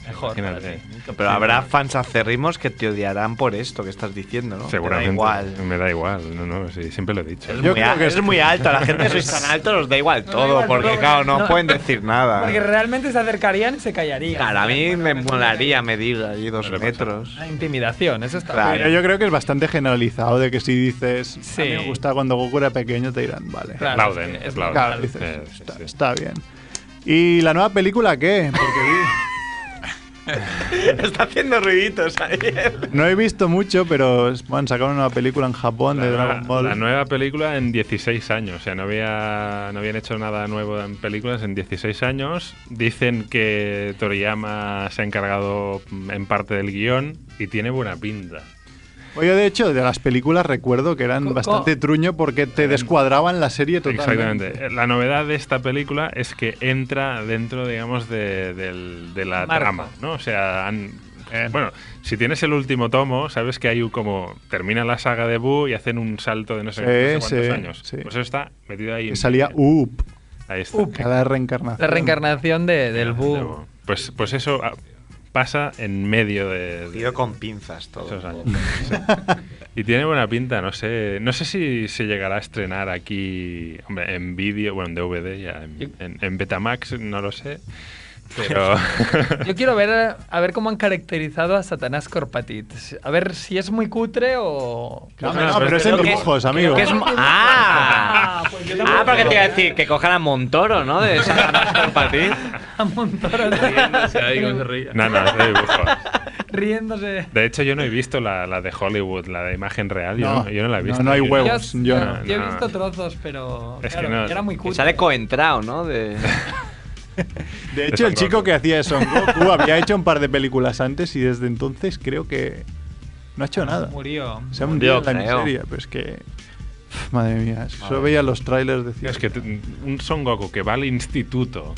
Speaker 1: Mejor para
Speaker 8: Imagínate.
Speaker 6: Pero habrá fans acérrimos que te odiarán por esto que estás diciendo, ¿no?
Speaker 8: Seguramente.
Speaker 6: Te da igual.
Speaker 8: Me da igual, no, no, sí, siempre lo he dicho.
Speaker 6: Es muy, a- es muy alto, a la gente que sois tan alto nos da igual todo,
Speaker 1: igual
Speaker 6: porque
Speaker 1: todo.
Speaker 6: claro, no,
Speaker 1: No.
Speaker 6: pueden decir nada.
Speaker 1: Porque realmente se acercarían y se callarían.
Speaker 6: Claro, a mí me molaría medir allí dos metros.
Speaker 1: La intimidación, eso está
Speaker 6: Claro.
Speaker 1: bien.
Speaker 2: Pero yo creo que es bastante generalizado de que si dices,
Speaker 1: Sí.
Speaker 2: a mí me gusta cuando Goku era pequeño, te dirán, vale.
Speaker 1: Claro,
Speaker 8: Aplauden,
Speaker 1: es que es
Speaker 8: aplauden.
Speaker 2: Claro, dices, está, está bien. ¿Y la nueva película qué? Porque
Speaker 6: Está haciendo ruiditos ahí.
Speaker 2: vi- no he visto mucho, pero bueno, sacaron una nueva película en Japón de
Speaker 8: La,
Speaker 2: Dragon Ball.
Speaker 8: la nueva película en 16 años, o sea, no, había, no habían hecho nada nuevo en películas en 16 años. Dicen que Toriyama se ha encargado mm, en parte del guión y tiene buena pinta.
Speaker 2: Oye, de hecho, de las películas recuerdo que eran bastante truño porque te descuadraban la serie totalmente.
Speaker 8: Exactamente. La novedad de esta película es que entra dentro, digamos, de, del- de la
Speaker 1: Marco.
Speaker 8: trama, ¿no? O sea, han-
Speaker 2: Eh.
Speaker 8: bueno, si tienes el último tomo, sabes que hay un como termina la saga de Boo y hacen un salto de no sé, no sé
Speaker 2: Sí,
Speaker 8: cuántos
Speaker 2: sí,
Speaker 8: años.
Speaker 2: sí.
Speaker 8: Pues eso está metido ahí.
Speaker 2: Que salía Up,
Speaker 8: Ahí está.
Speaker 2: cada reencarnación.
Speaker 1: La reencarnación de, del
Speaker 8: Luego,
Speaker 1: Boo.
Speaker 8: Pues, pues eso ah, pasa en medio de, de
Speaker 6: Tío con pinzas todo.
Speaker 8: esos años. Sí. Y tiene buena pinta, no sé. No sé si se llegará a estrenar aquí hombre, en vídeo, bueno, en DVD ya, en, en- en Betamax, no lo sé. Pero
Speaker 1: Yo quiero ver eh, a ver cómo han caracterizado a Satanás Corpatit. A ver si es muy cutre o.
Speaker 2: No, no, pero es en
Speaker 17: creo que-
Speaker 2: dibujos,
Speaker 17: creo
Speaker 2: amigo.
Speaker 17: que es mo- ¡Ah!
Speaker 1: pues
Speaker 17: Ah, porque te iba a decir que cojan a Montoro, ¿no? De Satanás Corpatín.
Speaker 1: A Montoro
Speaker 15: ahí como se ríe.
Speaker 8: no, no, es de dibujos.
Speaker 1: riéndose.
Speaker 8: De hecho, yo no he visto la, la de Hollywood, la de imagen real. Yo
Speaker 2: No,
Speaker 8: no, yo no la he
Speaker 2: no,
Speaker 8: visto.
Speaker 2: no hay
Speaker 8: Yo-
Speaker 2: huevos.
Speaker 1: Yo,
Speaker 2: Pues yo
Speaker 1: no,
Speaker 8: no.
Speaker 1: yo he
Speaker 8: No.
Speaker 1: visto trozos, pero.
Speaker 8: Es que
Speaker 1: claro,
Speaker 8: no.
Speaker 1: era muy
Speaker 17: Que
Speaker 1: cutre.
Speaker 17: sale coentrao, ¿no? De...
Speaker 2: De hecho,
Speaker 8: Son
Speaker 2: el chico
Speaker 8: Goku.
Speaker 2: que hacía de Son Goku había hecho un par de películas antes y desde entonces creo que no ha hecho nada.
Speaker 1: Murió.
Speaker 2: Se ha hundido en
Speaker 17: Murió,
Speaker 2: la
Speaker 17: creo.
Speaker 2: miseria, pero es que. Pf, Madre mía, es que solo veía los trailers decía.
Speaker 8: Es que t- un Son Goku que va al instituto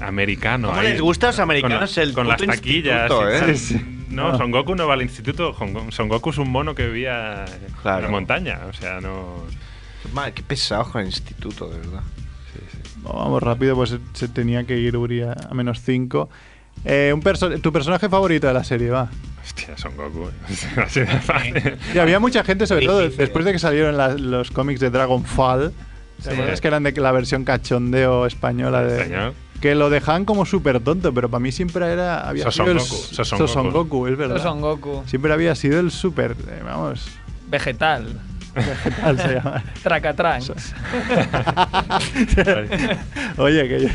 Speaker 8: americano.
Speaker 6: ¿Cómo
Speaker 8: ahí,
Speaker 6: les gusta a los
Speaker 8: con-
Speaker 6: americanos el
Speaker 8: Con las
Speaker 6: puto
Speaker 8: taquillas.
Speaker 6: instituto,
Speaker 8: y
Speaker 6: eh?
Speaker 8: tal.
Speaker 6: Sí, sí.
Speaker 8: No,
Speaker 2: No.
Speaker 8: Son Goku no va al instituto. Hong- Son Goku es un mono que vivía en la
Speaker 6: Claro.
Speaker 8: montaña. O sea, no.
Speaker 6: Madre, qué pesado con el instituto, de verdad.
Speaker 2: No, Vamos rápido, pues se- se tenía que ir Uri a, a menos 5. Eh, un perso- tu personaje favorito de la serie, va.
Speaker 8: Hostia, Son Goku. Así de fácil.
Speaker 2: Y había mucha gente, sobre todo
Speaker 6: Difícil.
Speaker 2: después de que salieron la- los cómics de Dragonfall. ¿Te
Speaker 8: ¿eh? Sí.
Speaker 2: acuerdas que eran de la versión cachondeo española de.
Speaker 8: Señor.
Speaker 2: Que lo dejaban como súper tonto, pero para mí siempre era. Había
Speaker 8: Sosson
Speaker 2: sido el
Speaker 8: Goku,
Speaker 2: s-
Speaker 8: Sosson
Speaker 2: Sosson
Speaker 8: Goku.
Speaker 2: Goku, es verdad.
Speaker 1: Son Goku.
Speaker 2: Siempre había sido el súper. eh, vamos.
Speaker 1: Vegetal.
Speaker 2: ¿Qué tal se llama?
Speaker 1: Tracatranks.
Speaker 2: Oye, que yo.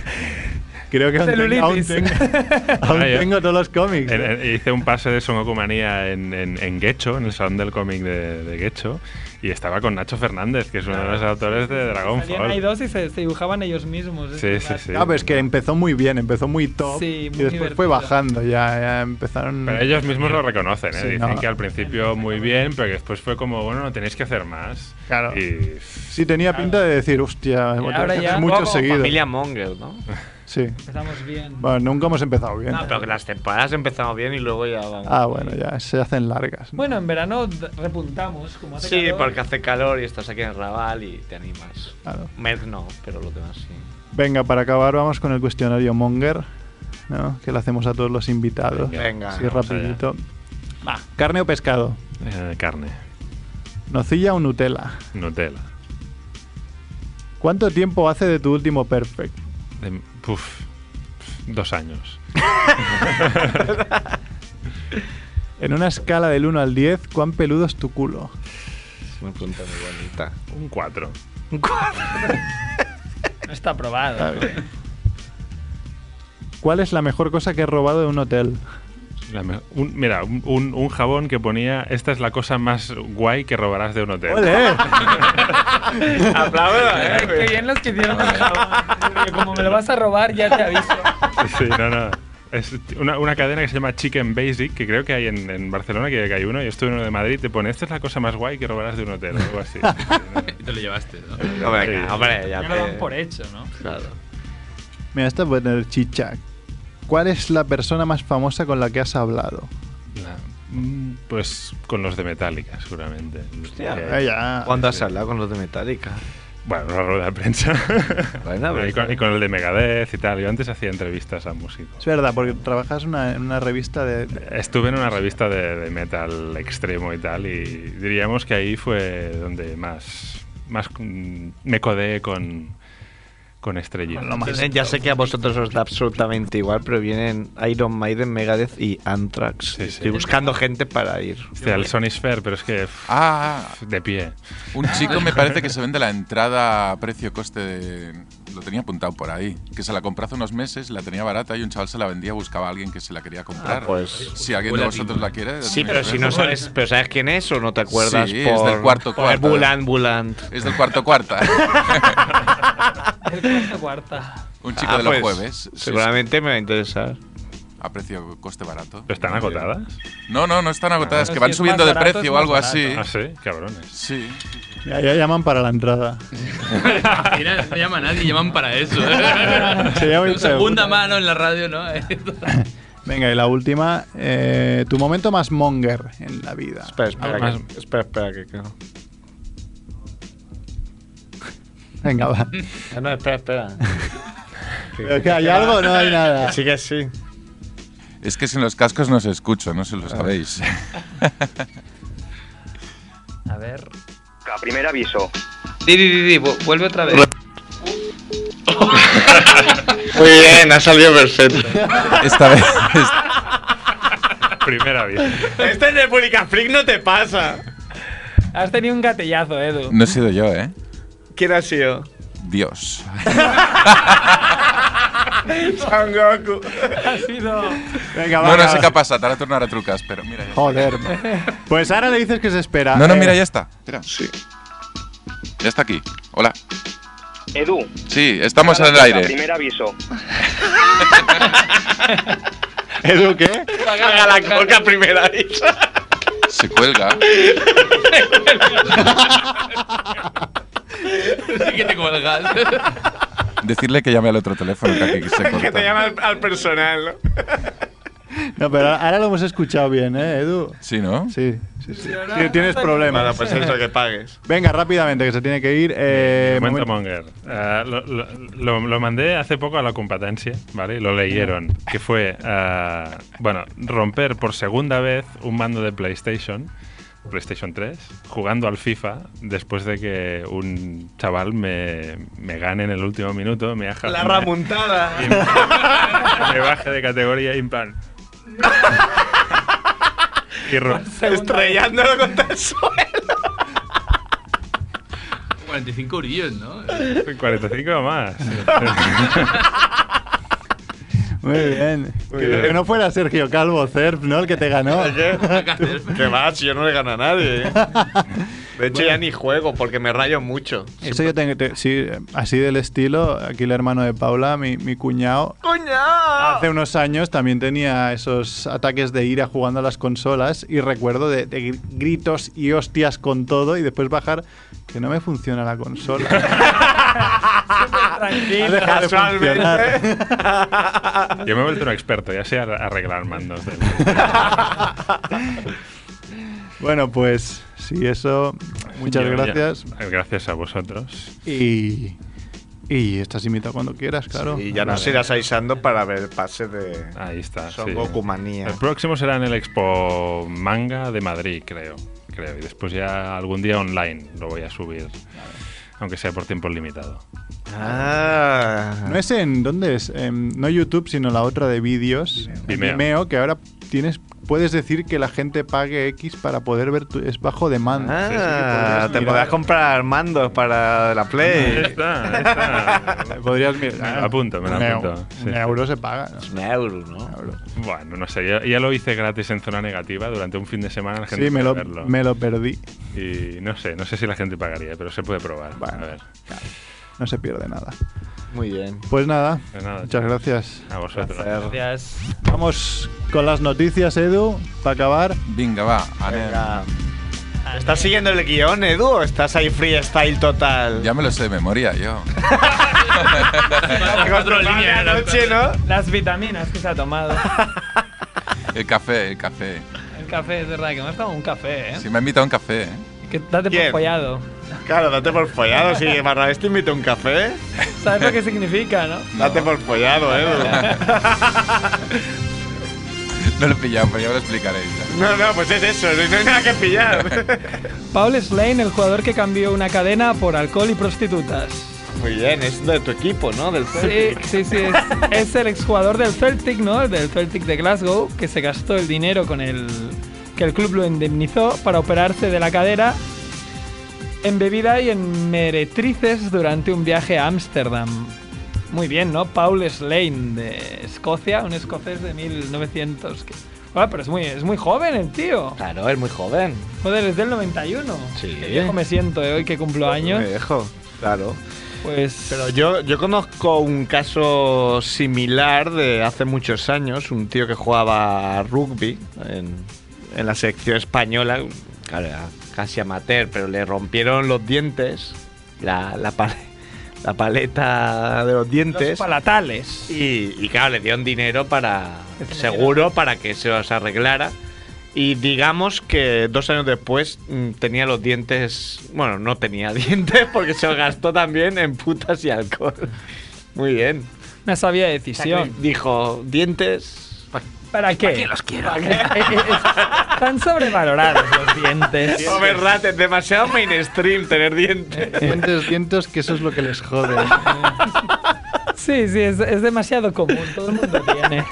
Speaker 2: Creo que aún tengo, aún
Speaker 1: Celulitis.
Speaker 2: tengo, aún
Speaker 8: Ah, yo-
Speaker 2: tengo todos los cómics.
Speaker 8: En-
Speaker 2: ¿eh?
Speaker 8: en- hice un pase de Son Goku Manía en, en, en Guecho, en el salón del cómic de, de Guecho. Y estaba con Nacho Fernández, que es uno de los autores de
Speaker 1: Salían ahí
Speaker 8: Dragonfall.
Speaker 1: dos y se, se dibujaban ellos mismos. es
Speaker 8: Sí, sí,
Speaker 1: verdad.
Speaker 8: sí.
Speaker 2: Ah, pero es que empezó muy bien, empezó muy top
Speaker 1: Sí, muy
Speaker 2: y después fue
Speaker 1: divertido.
Speaker 2: bajando, ya, ya empezaron...
Speaker 8: Pero ellos mismos lo reconocen, ¿eh?
Speaker 2: Mm. Sí,
Speaker 8: Dicen
Speaker 2: no.
Speaker 8: que al principio muy bien, pero que después fue como, bueno, no tenéis que hacer más.
Speaker 2: Claro.
Speaker 8: Y
Speaker 17: Ah.
Speaker 2: Sí, tenía pinta de decir, hostia,
Speaker 17: Eh,
Speaker 1: ahora ya-
Speaker 2: mucho
Speaker 17: Como
Speaker 2: seguido.
Speaker 17: Familia Monger, ¿no?
Speaker 2: Sí.
Speaker 1: Empezamos bien.
Speaker 2: Bueno, nunca hemos empezado bien.
Speaker 17: No, pero que las temporadas empezamos bien y luego ya vamos.
Speaker 2: Ah, bueno, ya se hacen largas.
Speaker 1: Bueno, en verano d- repuntamos, como hace
Speaker 17: Sí,
Speaker 1: calor.
Speaker 17: porque hace calor y estás aquí en Raval y te animas.
Speaker 2: Claro.
Speaker 17: Merck no, pero los demás sí.
Speaker 2: Venga, para acabar vamos con el cuestionario Monger, ¿no? que le hacemos a todos los invitados.
Speaker 17: Venga,
Speaker 2: Sí,
Speaker 17: vamos
Speaker 2: rapidito. ¿Carne o pescado?
Speaker 8: Eh, carne.
Speaker 2: ¿Nocilla o Nutella?
Speaker 8: Nutella.
Speaker 2: ¿Cuánto tiempo hace de tu último perfect?
Speaker 8: De- puf, dos años.
Speaker 2: En una escala del 1 al 10, ¿cuán peludo es tu culo?
Speaker 6: Una pregunta muy bonita.
Speaker 8: Un 4.
Speaker 1: Un cuadro. no está
Speaker 2: A
Speaker 1: aprobado.
Speaker 2: ver. ¿Cuál es la mejor cosa que he robado de un hotel?
Speaker 8: La me- un- mira, un, un- un jabón que ponía, esta es la cosa más guay que robarás de un hotel.
Speaker 17: Aplaudo,
Speaker 1: eh. Qué bien los que hicieron el jabón. Porque Como me lo vas a robar, ya te aviso.
Speaker 8: Sí, no, no. Es una, una cadena que se llama Chicken Basic, que creo que hay en, en Barcelona, que, que hay uno, y estuve en uno de Madrid, te pone, esta es la cosa más guay que robarás de un hotel, o algo así.
Speaker 15: Y te lo llevaste, ¿no?
Speaker 17: Hombre,
Speaker 8: Sí.
Speaker 6: Eh,
Speaker 17: hombre, ya
Speaker 1: Ya
Speaker 17: te-
Speaker 1: lo dan por hecho, ¿no?
Speaker 17: Claro.
Speaker 2: Mira, esta puede tener chicha. ¿Cuál es la persona más famosa con la que has hablado?
Speaker 8: La- mm, pues con los de Metallica, seguramente.
Speaker 2: Hostia, Eh, ya.
Speaker 6: ¿Cuándo has hablado con los de Metallica?
Speaker 8: Bueno, una rueda de prensa.
Speaker 6: Bueno, pero
Speaker 8: y, con, y con el de Megadeth y tal. Yo antes hacía entrevistas a músicos.
Speaker 2: Es verdad, porque trabajas una- en una revista de... de-
Speaker 8: Estuve en una revista de, de metal extremo y tal, y diríamos que ahí fue donde más, más mm, me codé con, con estrellitas.
Speaker 6: Vienen- ya sé que a vosotros os da absolutamente igual, pero vienen Iron Maiden, Megadeth y Anthrax. Estoy buscando gente para ir.
Speaker 8: Hostia, el Sony Sphere, pero es que. pff,
Speaker 3: Ah,
Speaker 8: de pie.
Speaker 3: Un chico me parece que se vende la entrada a precio coste de... Lo tenía apuntado por ahí. Que se la compró hace unos meses, la tenía barata y un chaval se la vendía, buscaba a alguien que se la quería comprar.
Speaker 6: Ah, pues-
Speaker 3: si alguien de
Speaker 6: Buena
Speaker 3: vosotros la quiere...
Speaker 6: Sí,
Speaker 3: tenéis
Speaker 6: pero si no
Speaker 3: precio.
Speaker 6: sabes, pero sabes quién es o no te acuerdas
Speaker 3: Sí, es
Speaker 6: por
Speaker 3: del cuarto
Speaker 6: por
Speaker 3: cuarto.
Speaker 6: Bulan Bulan.
Speaker 3: Es del cuarto cuarta.
Speaker 1: El cuarto cuarta.
Speaker 3: Un chico
Speaker 6: Ah,
Speaker 3: de los
Speaker 6: pues,
Speaker 3: jueves. Sí, sí.
Speaker 6: Seguramente me va a interesar.
Speaker 3: A precio coste barato.
Speaker 8: ¿Pero están agotadas?
Speaker 3: No, no, no están agotadas,
Speaker 8: Ah.
Speaker 3: que van
Speaker 8: Si es
Speaker 3: subiendo
Speaker 8: más
Speaker 3: de
Speaker 8: barato, es
Speaker 3: precio o
Speaker 8: más
Speaker 3: algo
Speaker 8: barato.
Speaker 3: así.
Speaker 8: Ah, sí, cabrones.
Speaker 3: Sí.
Speaker 2: Ya, ya llaman para la entrada.
Speaker 15: Mira, no llama a nadie, llaman para eso. ¿eh?
Speaker 2: Se llama y
Speaker 15: Segunda
Speaker 2: pregunta.
Speaker 15: mano en la radio, ¿no?
Speaker 2: Venga, y la última. eh, tu momento más monger en la vida.
Speaker 6: Espera, espera,
Speaker 2: Algo
Speaker 6: que, espera, espera, que, que no.
Speaker 2: más- Venga, va.
Speaker 6: Ah, no, espera, espera.
Speaker 2: Pero es que hay algo o no hay nada.
Speaker 6: Sí que sí.
Speaker 3: Es que sin los cascos no se escucho, no se lo sabéis.
Speaker 1: A ver.
Speaker 12: Primer aviso.
Speaker 13: Di, di, di, di, vu- vuelve otra vez.
Speaker 6: Muy bien, ha salido perfecto.
Speaker 3: Esta vez.
Speaker 8: Primera vez.
Speaker 17: Este en República Freak no te pasa.
Speaker 1: Has tenido un gatillazo, Edu.
Speaker 3: No he sido yo, ¿eh?
Speaker 17: ¿Quién ha sido?
Speaker 3: Dios.
Speaker 17: Son Goku.
Speaker 1: Ha sido.
Speaker 2: Venga, va.
Speaker 3: No, no
Speaker 2: va.
Speaker 3: sé qué pasa, te hará tornar a trucas, pero mira. ya.
Speaker 2: Joder. Pues ahora le dices que se espera.
Speaker 3: No, no,
Speaker 2: Eh,
Speaker 3: mira, ya está. Mira. Sí. Ya está aquí. Hola.
Speaker 12: Edu.
Speaker 3: Sí, estamos en el
Speaker 12: Ahora,
Speaker 3: aire.
Speaker 12: Primer aviso.
Speaker 2: ¿Edu qué?
Speaker 17: Haga la coca primera
Speaker 3: Se cuelga.
Speaker 15: Así que te colgas.
Speaker 3: Decirle que llame al otro teléfono que aquí
Speaker 17: Que
Speaker 3: se
Speaker 17: te
Speaker 3: corta.
Speaker 17: llama al, al personal, ¿no?
Speaker 2: No, pero ahora lo hemos escuchado bien, ¿eh, Edu?
Speaker 3: Sí, ¿no?
Speaker 2: Sí, sí, sí. Sí, Tienes problemas.
Speaker 6: Bueno, pues eso, que pagues.
Speaker 2: Venga, rápidamente, que se tiene que ir. Eh,
Speaker 8: Momento
Speaker 2: momento-
Speaker 8: Monger. Ah, lo, lo- lo- lo mandé hace poco a la competencia, ¿vale? Y lo leyeron. Que fue, ah, bueno, romper por segunda vez un mando de PlayStation, PlayStation 3, jugando al FIFA después de que un chaval me, me gane en el último minuto, me, aja-
Speaker 17: La
Speaker 8: me-
Speaker 17: ramuntada.
Speaker 8: me baje de categoría y en plan. y ro-
Speaker 17: Estrellándolo contra el suelo.
Speaker 15: 45 orillos, ¿no?
Speaker 8: 45 más.
Speaker 2: Muy bien. que,
Speaker 8: bien.
Speaker 2: que no fuera Sergio Calvo Cerf, ¿no? El que te ganó.
Speaker 6: ¿Qué? ¿Qué más? Yo no le gano a nadie. ¿eh? De hecho, ya ni juego porque me rayo mucho.
Speaker 2: Eso yo tengo, te- sí, así del estilo, aquí el hermano de Paula, mi, mi cuñado,
Speaker 6: ¡Coña!
Speaker 2: hace unos años también tenía esos ataques de ira jugando a las consolas y recuerdo de, de gr- gritos y hostias con todo y después bajar que no me funciona la consola.
Speaker 6: Tranquilo,
Speaker 2: Ha dejado de funcionar. Ah,
Speaker 8: Yo me he vuelto un experto, ya sé ar- arreglar mandos. del-
Speaker 2: bueno, pues sí, eso. Muchas
Speaker 8: Yo ya-
Speaker 2: gracias.
Speaker 8: Gracias a vosotros.
Speaker 2: Y, y estás invitado cuando quieras, claro.
Speaker 6: Y ya nos
Speaker 2: Vale.
Speaker 6: irás avisando para ver el pase de.
Speaker 8: Ahí está.
Speaker 6: Son
Speaker 8: sí.
Speaker 6: Goku Manía.
Speaker 8: El próximo será en el Expo Manga de Madrid, creo. creo. Y después ya algún día online lo voy a subir, aunque sea por tiempo limitado.
Speaker 6: Ah,
Speaker 2: No es en. ¿Dónde es? Em, no YouTube, sino la otra de vídeos.
Speaker 8: Vimeo.
Speaker 2: que ahora tienes. Puedes decir que la gente pague X para poder ver tu. Es bajo demanda.
Speaker 6: Ah, te podrás comprar mandos para la Play.
Speaker 8: está, está.
Speaker 2: Podrías mirar.
Speaker 8: Ah. Me lo apunto, me lo
Speaker 2: Un eu-
Speaker 8: apunto. sí.
Speaker 2: Un euro se paga. ¿no?
Speaker 6: Un euro, ¿no?
Speaker 8: Bueno, no sé, ya, ya lo hice gratis en zona negativa durante un fin de semana. La gente
Speaker 2: Sí, me
Speaker 8: puede
Speaker 2: lo,
Speaker 8: verlo.
Speaker 2: me lo perdí.
Speaker 8: Y no sé, no sé si la gente pagaría, pero se puede probar. a ver.
Speaker 2: No se pierde nada.
Speaker 6: Muy bien.
Speaker 2: Pues nada,
Speaker 8: Pues nada,
Speaker 2: muchas gracias.
Speaker 8: A vosotros.
Speaker 1: Gracias.
Speaker 2: Vamos con las noticias, Edu, para acabar.
Speaker 3: Venga, va.
Speaker 6: Venga. ¿Estás siguiendo el guión, Edu, o estás ahí freestyle total?
Speaker 3: Ya me lo sé de memoria yo.
Speaker 6: noche, ¿no?
Speaker 1: Las vitaminas que se ha tomado.
Speaker 3: El café, el café.
Speaker 6: ¿Eh?
Speaker 1: El café, es verdad, que me ha tomado un café, ¿eh?
Speaker 3: Si me ha invitado a un café, ¿eh?
Speaker 1: Que date por
Speaker 6: ¿Quién?
Speaker 1: follado.
Speaker 6: Claro, date por follado. Si Barrabés te invita a un café,
Speaker 1: ¿Sabes lo que significa, no?
Speaker 6: date por follado, ¿eh? Edu.
Speaker 3: No lo he pillado, pero ya me lo explicaréis.
Speaker 6: No, no, pues es eso, no hay nada que pillar.
Speaker 1: Paul Slane, el jugador que cambió una cadena por alcohol y prostitutas.
Speaker 6: Muy bien, es de tu equipo, ¿no? Del
Speaker 1: Sí,
Speaker 6: Celtic.
Speaker 1: sí, sí. Es, es el exjugador del Celtic, ¿no? El del Celtic de Glasgow, que se gastó el dinero con el. que el club lo indemnizó para operarse de la cadera en bebida y en meretrices durante un viaje a Ámsterdam. Muy bien, ¿no? Paul Slane de Escocia, un escocés de 1900. que- Bueno, pero es muy, es muy joven el tío.
Speaker 6: Claro, es muy joven.
Speaker 1: Joder, es del 91.
Speaker 6: Sí.
Speaker 1: Qué viejo me siento, ¿eh? Hoy que cumplo años.
Speaker 6: Me dejo, claro.
Speaker 1: Pues.
Speaker 6: Pero yo, yo conozco un caso similar de hace muchos años, un tío que jugaba a rugby en, en la selección española, claro, era casi amateur, pero le rompieron los dientes, la, la, pal- la paleta de los dientes.
Speaker 1: Los palatales.
Speaker 6: Y, y claro, le dieron dinero para. seguro para que se los arreglara. Y digamos que dos años después mm, tenía los dientes. Bueno, no tenía dientes porque se los gastó también en putas y alcohol. Muy bien.
Speaker 1: Una sabia decisión.
Speaker 6: Dijo: dientes. pues,
Speaker 1: ¿Para qué?
Speaker 6: qué los quiero?
Speaker 1: ¿Para qué? Eh, Están sobrevalorados los dientes.
Speaker 6: No, verdad, es demasiado mainstream tener dientes.
Speaker 2: Dientes, dientes, que eso es lo que les jode.
Speaker 1: Sí, sí, es, es demasiado común. Todo el mundo tiene.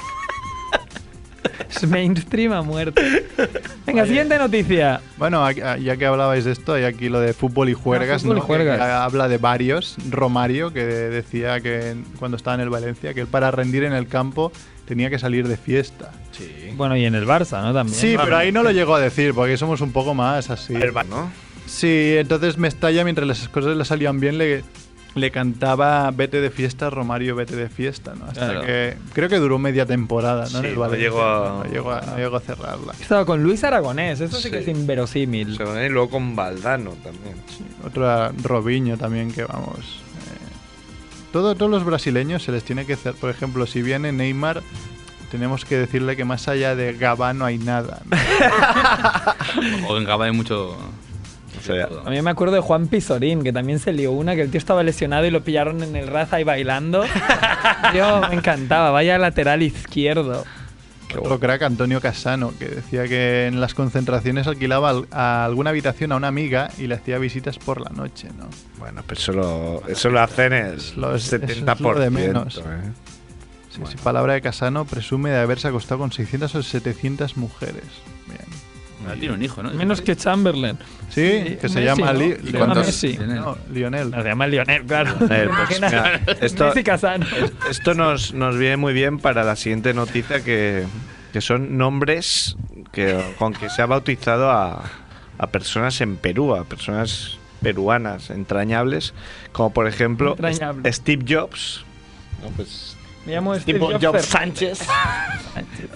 Speaker 1: Es mainstream a muerte. Venga, siguiente noticia.
Speaker 2: Bueno, a- a- ya que hablabais de esto, hay aquí lo de fútbol y juergas,
Speaker 1: Ah, fútbol y
Speaker 2: ¿no?
Speaker 1: juergas.
Speaker 2: Que habla de varios. Romario, que decía que en- cuando estaba en el Valencia, que él para rendir en el campo tenía que salir de fiesta.
Speaker 6: Sí.
Speaker 1: Bueno, y en el Barça, ¿no? También.
Speaker 2: Sí, pero ahí no lo llegó a decir, porque somos un poco más así.
Speaker 6: ¿no?
Speaker 2: Sí, entonces Mestalla, mientras las cosas le salían bien, le, le cantaba Vete de fiesta, Romario, vete de fiesta, ¿no? Hasta
Speaker 6: Claro.
Speaker 2: que creo que duró media temporada, ¿no?
Speaker 6: Sí,
Speaker 2: en el
Speaker 6: no
Speaker 2: Valencia.
Speaker 6: llegó
Speaker 2: No
Speaker 6: a-
Speaker 2: llegó a, no llegó a cerrarla.
Speaker 1: Estaba con Luis Aragonés. Eso sí, que es inverosímil.
Speaker 6: Y luego con Valdano también.
Speaker 2: Otra Robinho también que vamos. eh, todo, todos los brasileños se les tiene que hacer. Por ejemplo, si viene Neymar, tenemos que decirle que más allá de Gabá no hay nada. ¿no?
Speaker 15: O en Gaba hay mucho.
Speaker 1: A mí me acuerdo de Juan Pizorín, que también se lió una, que el tío estaba lesionado y lo pillaron en el Raza y bailando. Yo me encantaba, vaya lateral izquierdo.
Speaker 2: Otro crack, Antonio Casano, que decía que en las concentraciones alquilaba al- a alguna habitación a una amiga y le hacía visitas por la noche, ¿no?
Speaker 6: Bueno, pero eso lo, eso lo hacen es
Speaker 2: Lo-
Speaker 6: los
Speaker 2: eso es
Speaker 6: 70%.
Speaker 2: lo de menos.
Speaker 6: ¿eh?
Speaker 2: Sí, sí, palabra de Casano presume de haberse acostado con 600 o 700 mujeres. Bien.
Speaker 15: Ah, tiene un hijo, ¿no?
Speaker 1: Menos que Chamberlain.
Speaker 2: Sí, que se llama Li-
Speaker 1: ¿no?
Speaker 2: Li-
Speaker 1: Se llama
Speaker 2: ¿Cuántos?
Speaker 1: Messi.
Speaker 2: No, Lionel.
Speaker 1: Se llama Lionel, claro.
Speaker 6: Lionel, pues, mira, esto-
Speaker 1: Messi Casano.
Speaker 6: Esto nos, nos viene muy bien para la siguiente noticia que, que son nombres que, con que se ha bautizado a, a personas en Perú, a personas peruanas entrañables, como por ejemplo
Speaker 1: Entrañable.
Speaker 6: S- Steve Jobs. No, pues,
Speaker 1: Me llamo este Steve
Speaker 6: tipo
Speaker 1: Jobs
Speaker 6: Job
Speaker 1: Fer-
Speaker 6: Sánchez.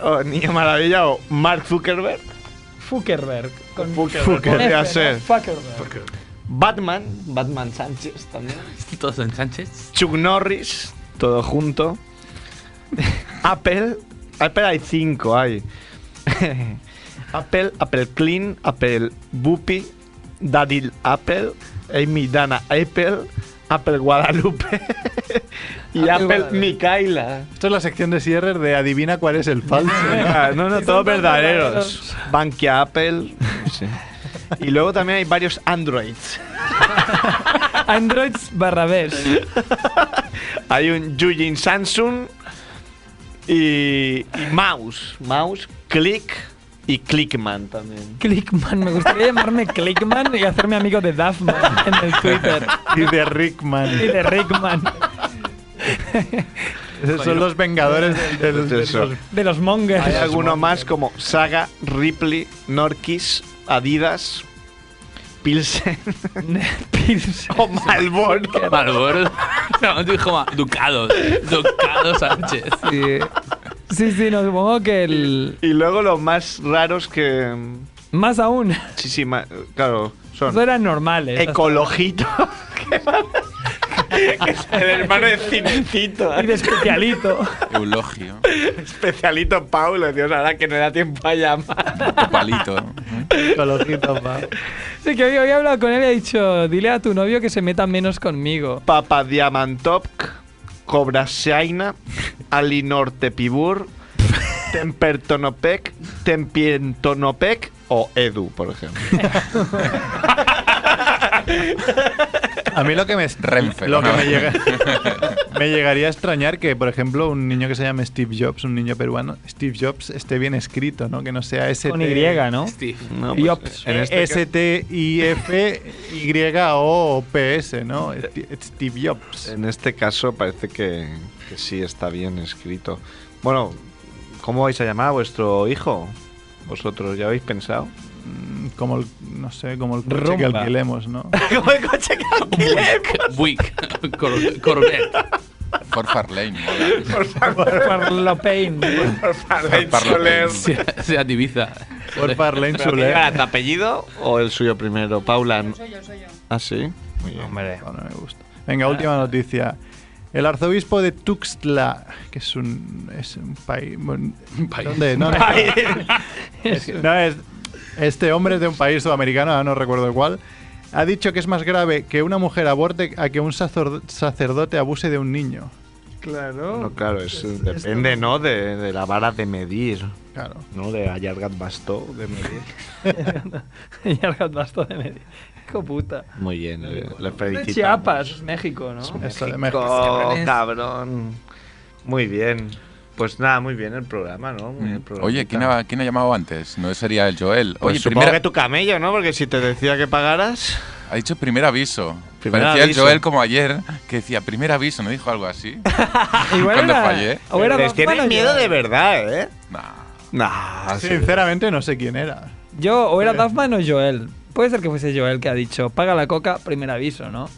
Speaker 6: o Niño Maravilla o Mark Zuckerberg.
Speaker 1: Zuckerberg. Con
Speaker 6: Zuckerberg,
Speaker 1: con F,
Speaker 6: podría
Speaker 1: ¿no?
Speaker 6: ser.
Speaker 1: Zuckerberg.
Speaker 6: Batman, Batman Sánchez también.
Speaker 15: Todos en Sánchez.
Speaker 6: Chuck Norris, todo junto. Apple, Apple hay cinco, hay. Apple, Apple Clean, Apple Bupi, Daddy Apple, Amy Dana Apple, Apple Guadalupe y Apple,
Speaker 2: Guadalupe.
Speaker 6: Micaela.
Speaker 2: Esto es la sección de cierre de adivina cuál es el falso.
Speaker 6: Ah, no, no, todos verdaderos. Bankia Apple. Y luego también hay varios Androids.
Speaker 1: Androids barra B.
Speaker 6: Hay un Yujin Samsung y, y Mouse. Mouse, Click y Clickman también.
Speaker 1: Clickman, me gustaría llamarme Clickman y hacerme amigo de Duffman en el Twitter.
Speaker 2: Y de Rickman.
Speaker 1: Y de Rickman.
Speaker 2: Esos son los vengadores de, de- de- de-
Speaker 1: De los mongers.
Speaker 6: Hay alguno más como Saga, Ripley, Norquis, Adidas, Pilsen. O Malboro.
Speaker 15: Malboro. No, dijo ma- Ducado. Ducado Sánchez.
Speaker 1: Sí. Sí, sí, no, supongo que el.
Speaker 6: Y luego los más raros que.
Speaker 1: Más aún.
Speaker 6: Sí, sí, ma- claro. Son
Speaker 1: Eso eran normales.
Speaker 6: Ecologito. el hermano de Cinecito. ¿eh?
Speaker 1: Y de especialito.
Speaker 3: Eulogio.
Speaker 6: Especialito Paulo, Dios, ahora que no da tiempo a llamar.
Speaker 3: Palito.
Speaker 2: Ecologito, pa.
Speaker 1: Sí, que hoy, hoy he hablado con él y he dicho: dile a tu novio que se meta menos conmigo.
Speaker 6: Papa Diamantop, Cobra Shaina, Alinorte Pibur, Tempertonopec, Tempientonopec o Edu, por ejemplo.
Speaker 2: A mí lo que me es-
Speaker 3: Renfe.
Speaker 2: lo que
Speaker 3: ¿no?
Speaker 2: me llega me llegaría a extrañar que, por ejemplo, un niño que se llame Steve Jobs, un niño peruano, Steve Jobs esté bien escrito, ¿no? Que no sea S
Speaker 1: Con Y, ¿no?
Speaker 15: Steve.
Speaker 6: No, pues,
Speaker 1: Jobs.
Speaker 6: en este
Speaker 2: Eh, S T I F Y O P S, ¿no? Sti- Steve Jobs.
Speaker 6: En este caso parece que, que sí está bien escrito. Bueno, ¿cómo vais a llamar a vuestro hijo? ¿Vosotros ya habéis pensado?
Speaker 2: Como el, no sé, como el coche
Speaker 6: Rumba.
Speaker 2: que alquilemos, ¿no?
Speaker 6: Como el coche que alquilemos.
Speaker 15: Buick. Cor- Corvette.
Speaker 3: Por Farlane, mola.
Speaker 6: Por favor.
Speaker 1: Por lo pain.
Speaker 6: Por
Speaker 3: Por Parla- Soler.
Speaker 15: Se, se ativiza.
Speaker 2: Por Farlane
Speaker 6: ¿Pero
Speaker 2: Soler.
Speaker 6: que lleva tu apellido o el suyo primero? Paula.
Speaker 16: Soy yo, soy yo.
Speaker 6: ¿Ah, sí?
Speaker 17: Hombre.
Speaker 2: No, no me gusta.
Speaker 15: Ah.
Speaker 2: Venga, última noticia. El arzobispo de Tuxtla, que es un, es un país. bueno,
Speaker 15: país.
Speaker 2: ¿Dónde? No, no. Es- no, es- este hombre es de un país sudamericano, ahora no recuerdo cuál. Ha dicho que es más grave que una mujer aborte a que un sazor- sacerdote abuse de un niño.
Speaker 1: Claro.
Speaker 6: No, claro, es- depende, ¿no? De, de la vara de medir,
Speaker 2: Claro.
Speaker 6: ¿no? De Ayargat Bastó, de medir.
Speaker 1: y al gasto de medio. Hijo puta.
Speaker 6: Muy bien, le, le
Speaker 1: De
Speaker 6: felicitamos.
Speaker 1: Chiapas, es México, ¿no?
Speaker 2: Eso de
Speaker 6: México,
Speaker 2: México.
Speaker 6: cabrón. Muy bien. Pues nada, muy bien el programa, ¿no? Muy bien el programa.
Speaker 3: Mm. Oye, ¿quién ha, ¿quién ha llamado antes? No sería el Joel.
Speaker 6: Pues
Speaker 3: Oye,
Speaker 6: supongo
Speaker 3: primera-
Speaker 6: que tu camello, ¿no? Porque si te decía que pagaras...
Speaker 3: ha dicho primer aviso.
Speaker 6: Primer
Speaker 3: Parecía
Speaker 6: aviso.
Speaker 3: el Joel como ayer, que decía primer aviso, ¿no dijo algo así?
Speaker 1: Igual
Speaker 3: ¿Cuándo
Speaker 1: era-
Speaker 3: fallé?
Speaker 1: o era
Speaker 6: Les
Speaker 1: Batman
Speaker 6: tienes
Speaker 1: o
Speaker 6: miedo
Speaker 1: Joel.
Speaker 6: de verdad, ¿eh?
Speaker 3: Nah.
Speaker 6: Nah, sí.
Speaker 2: Sinceramente no sé quién era.
Speaker 1: Yo, o era Duffman o Joel. Puede ser que fuese Joel que ha dicho, paga la coca, primer aviso, ¿no?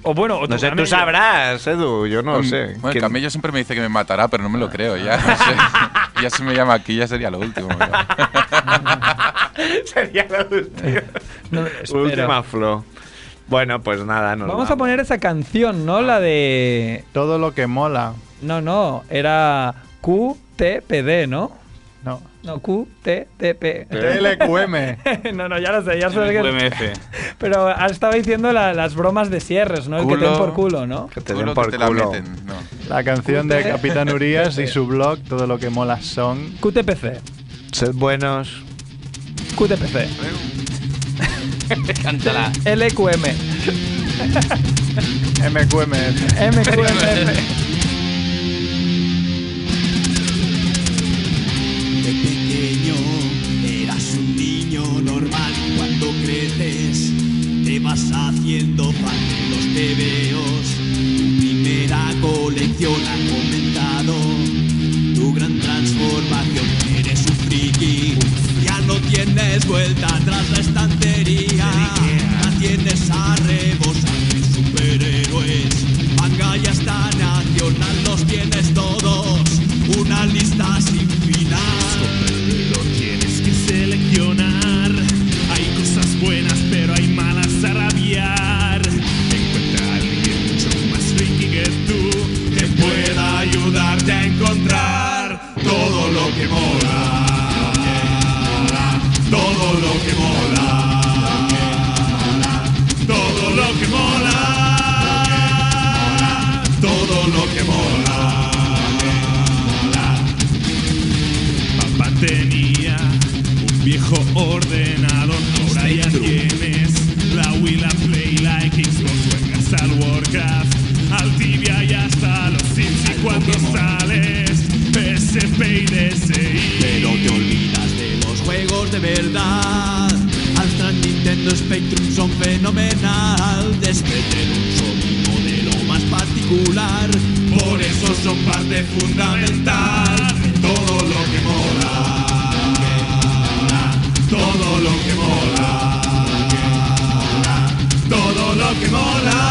Speaker 1: O bueno, o
Speaker 6: Mm. No
Speaker 1: tu
Speaker 6: sé, tú
Speaker 1: camello.
Speaker 6: sabrás, Edu, yo no lo sé.
Speaker 3: Bueno, el
Speaker 6: ¿Quién-
Speaker 3: camello siempre me dice que me matará, pero no me lo creo ya. no sé. ya si me llama aquí, ya sería lo último. ¿no?
Speaker 6: Sería la última.
Speaker 1: No me lo espero.
Speaker 6: última flow. Bueno, pues nada, nos
Speaker 1: Vamos a poner esa canción,
Speaker 6: Ah.
Speaker 1: ¿no? La de...
Speaker 2: Todo lo que mola.
Speaker 1: No, no, era QTPD, ¿no?
Speaker 2: No.
Speaker 1: No, QTTP.
Speaker 2: LQM.
Speaker 1: no, no, ya lo sé, ya sé que...
Speaker 15: UMF.
Speaker 1: Pero estaba diciendo la- las bromas de cierres, ¿no? El que te den
Speaker 3: Culo.
Speaker 1: por culo, ¿no?
Speaker 6: Que te
Speaker 3: Tú
Speaker 6: den
Speaker 3: lo
Speaker 6: por
Speaker 3: que te la
Speaker 6: culo.
Speaker 3: meten. No.
Speaker 2: La canción de Capitán Urias y su blog, Todo lo que mola son.
Speaker 1: QTPC.
Speaker 6: Sed buenos.
Speaker 1: QTPC.
Speaker 15: Cántala.
Speaker 1: LQM.
Speaker 2: MQM.
Speaker 1: MQM.
Speaker 18: De pequeño eras un niño normal cuando creces te vas haciendo fan de los tebeos tu primera colección ha comentado tu gran transformación eres un friki ya no tienes vuelta tras la estantería que mola. Todo lo que mola. Todo lo que mola. Papá tenía un viejo ordenador. Ahora ya tienes la Wii, la Play, la Xbox, juegas al Warcraft. Al tibia y hasta los Sims y cuando sales SP y DSi Pero te olvidas de los juegos de verdad Astra, Nintendo, Spectrum son fenomenal Despeten un sonido de lo más particular Por eso son parte fundamental de Todo lo que mola Todo lo que mola Todo lo que mola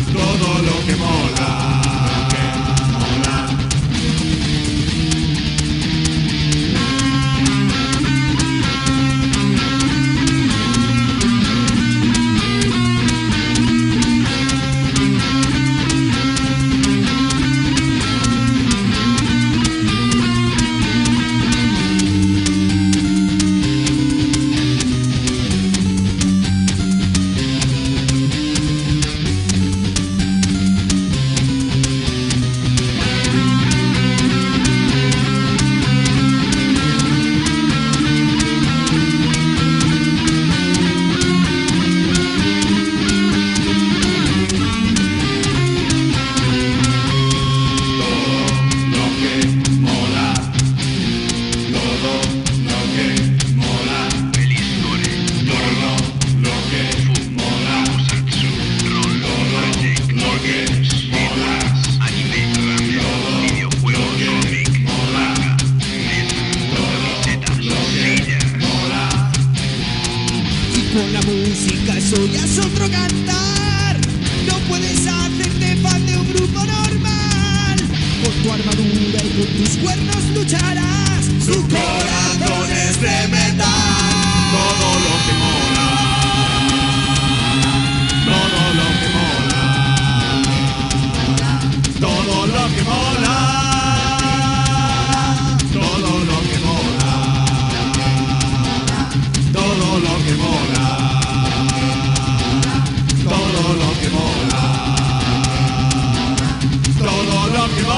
Speaker 18: Todo lo que mola Todo lo que mola, todo lo que mola, Peliscore, todo lo que mola, Usatsu, Rollo, Magic, Morgues, Mola, Anime, Rameo, Videojuegos, Comic, Mola, Netflix, Camisetas, Mola.
Speaker 19: Y con la música eso ya es otro cantar. No puedes hacerte fan de un grupo normal. Con tu armadura y con tus cuernos lucharás. Su corazón es de metal.
Speaker 18: Todo lo que mola, todo lo que mola, todo lo que mola, todo lo que mola, todo lo que mola, todo lo que mola, todo lo que mola, todo lo que mola.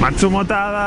Speaker 7: Matsumotada.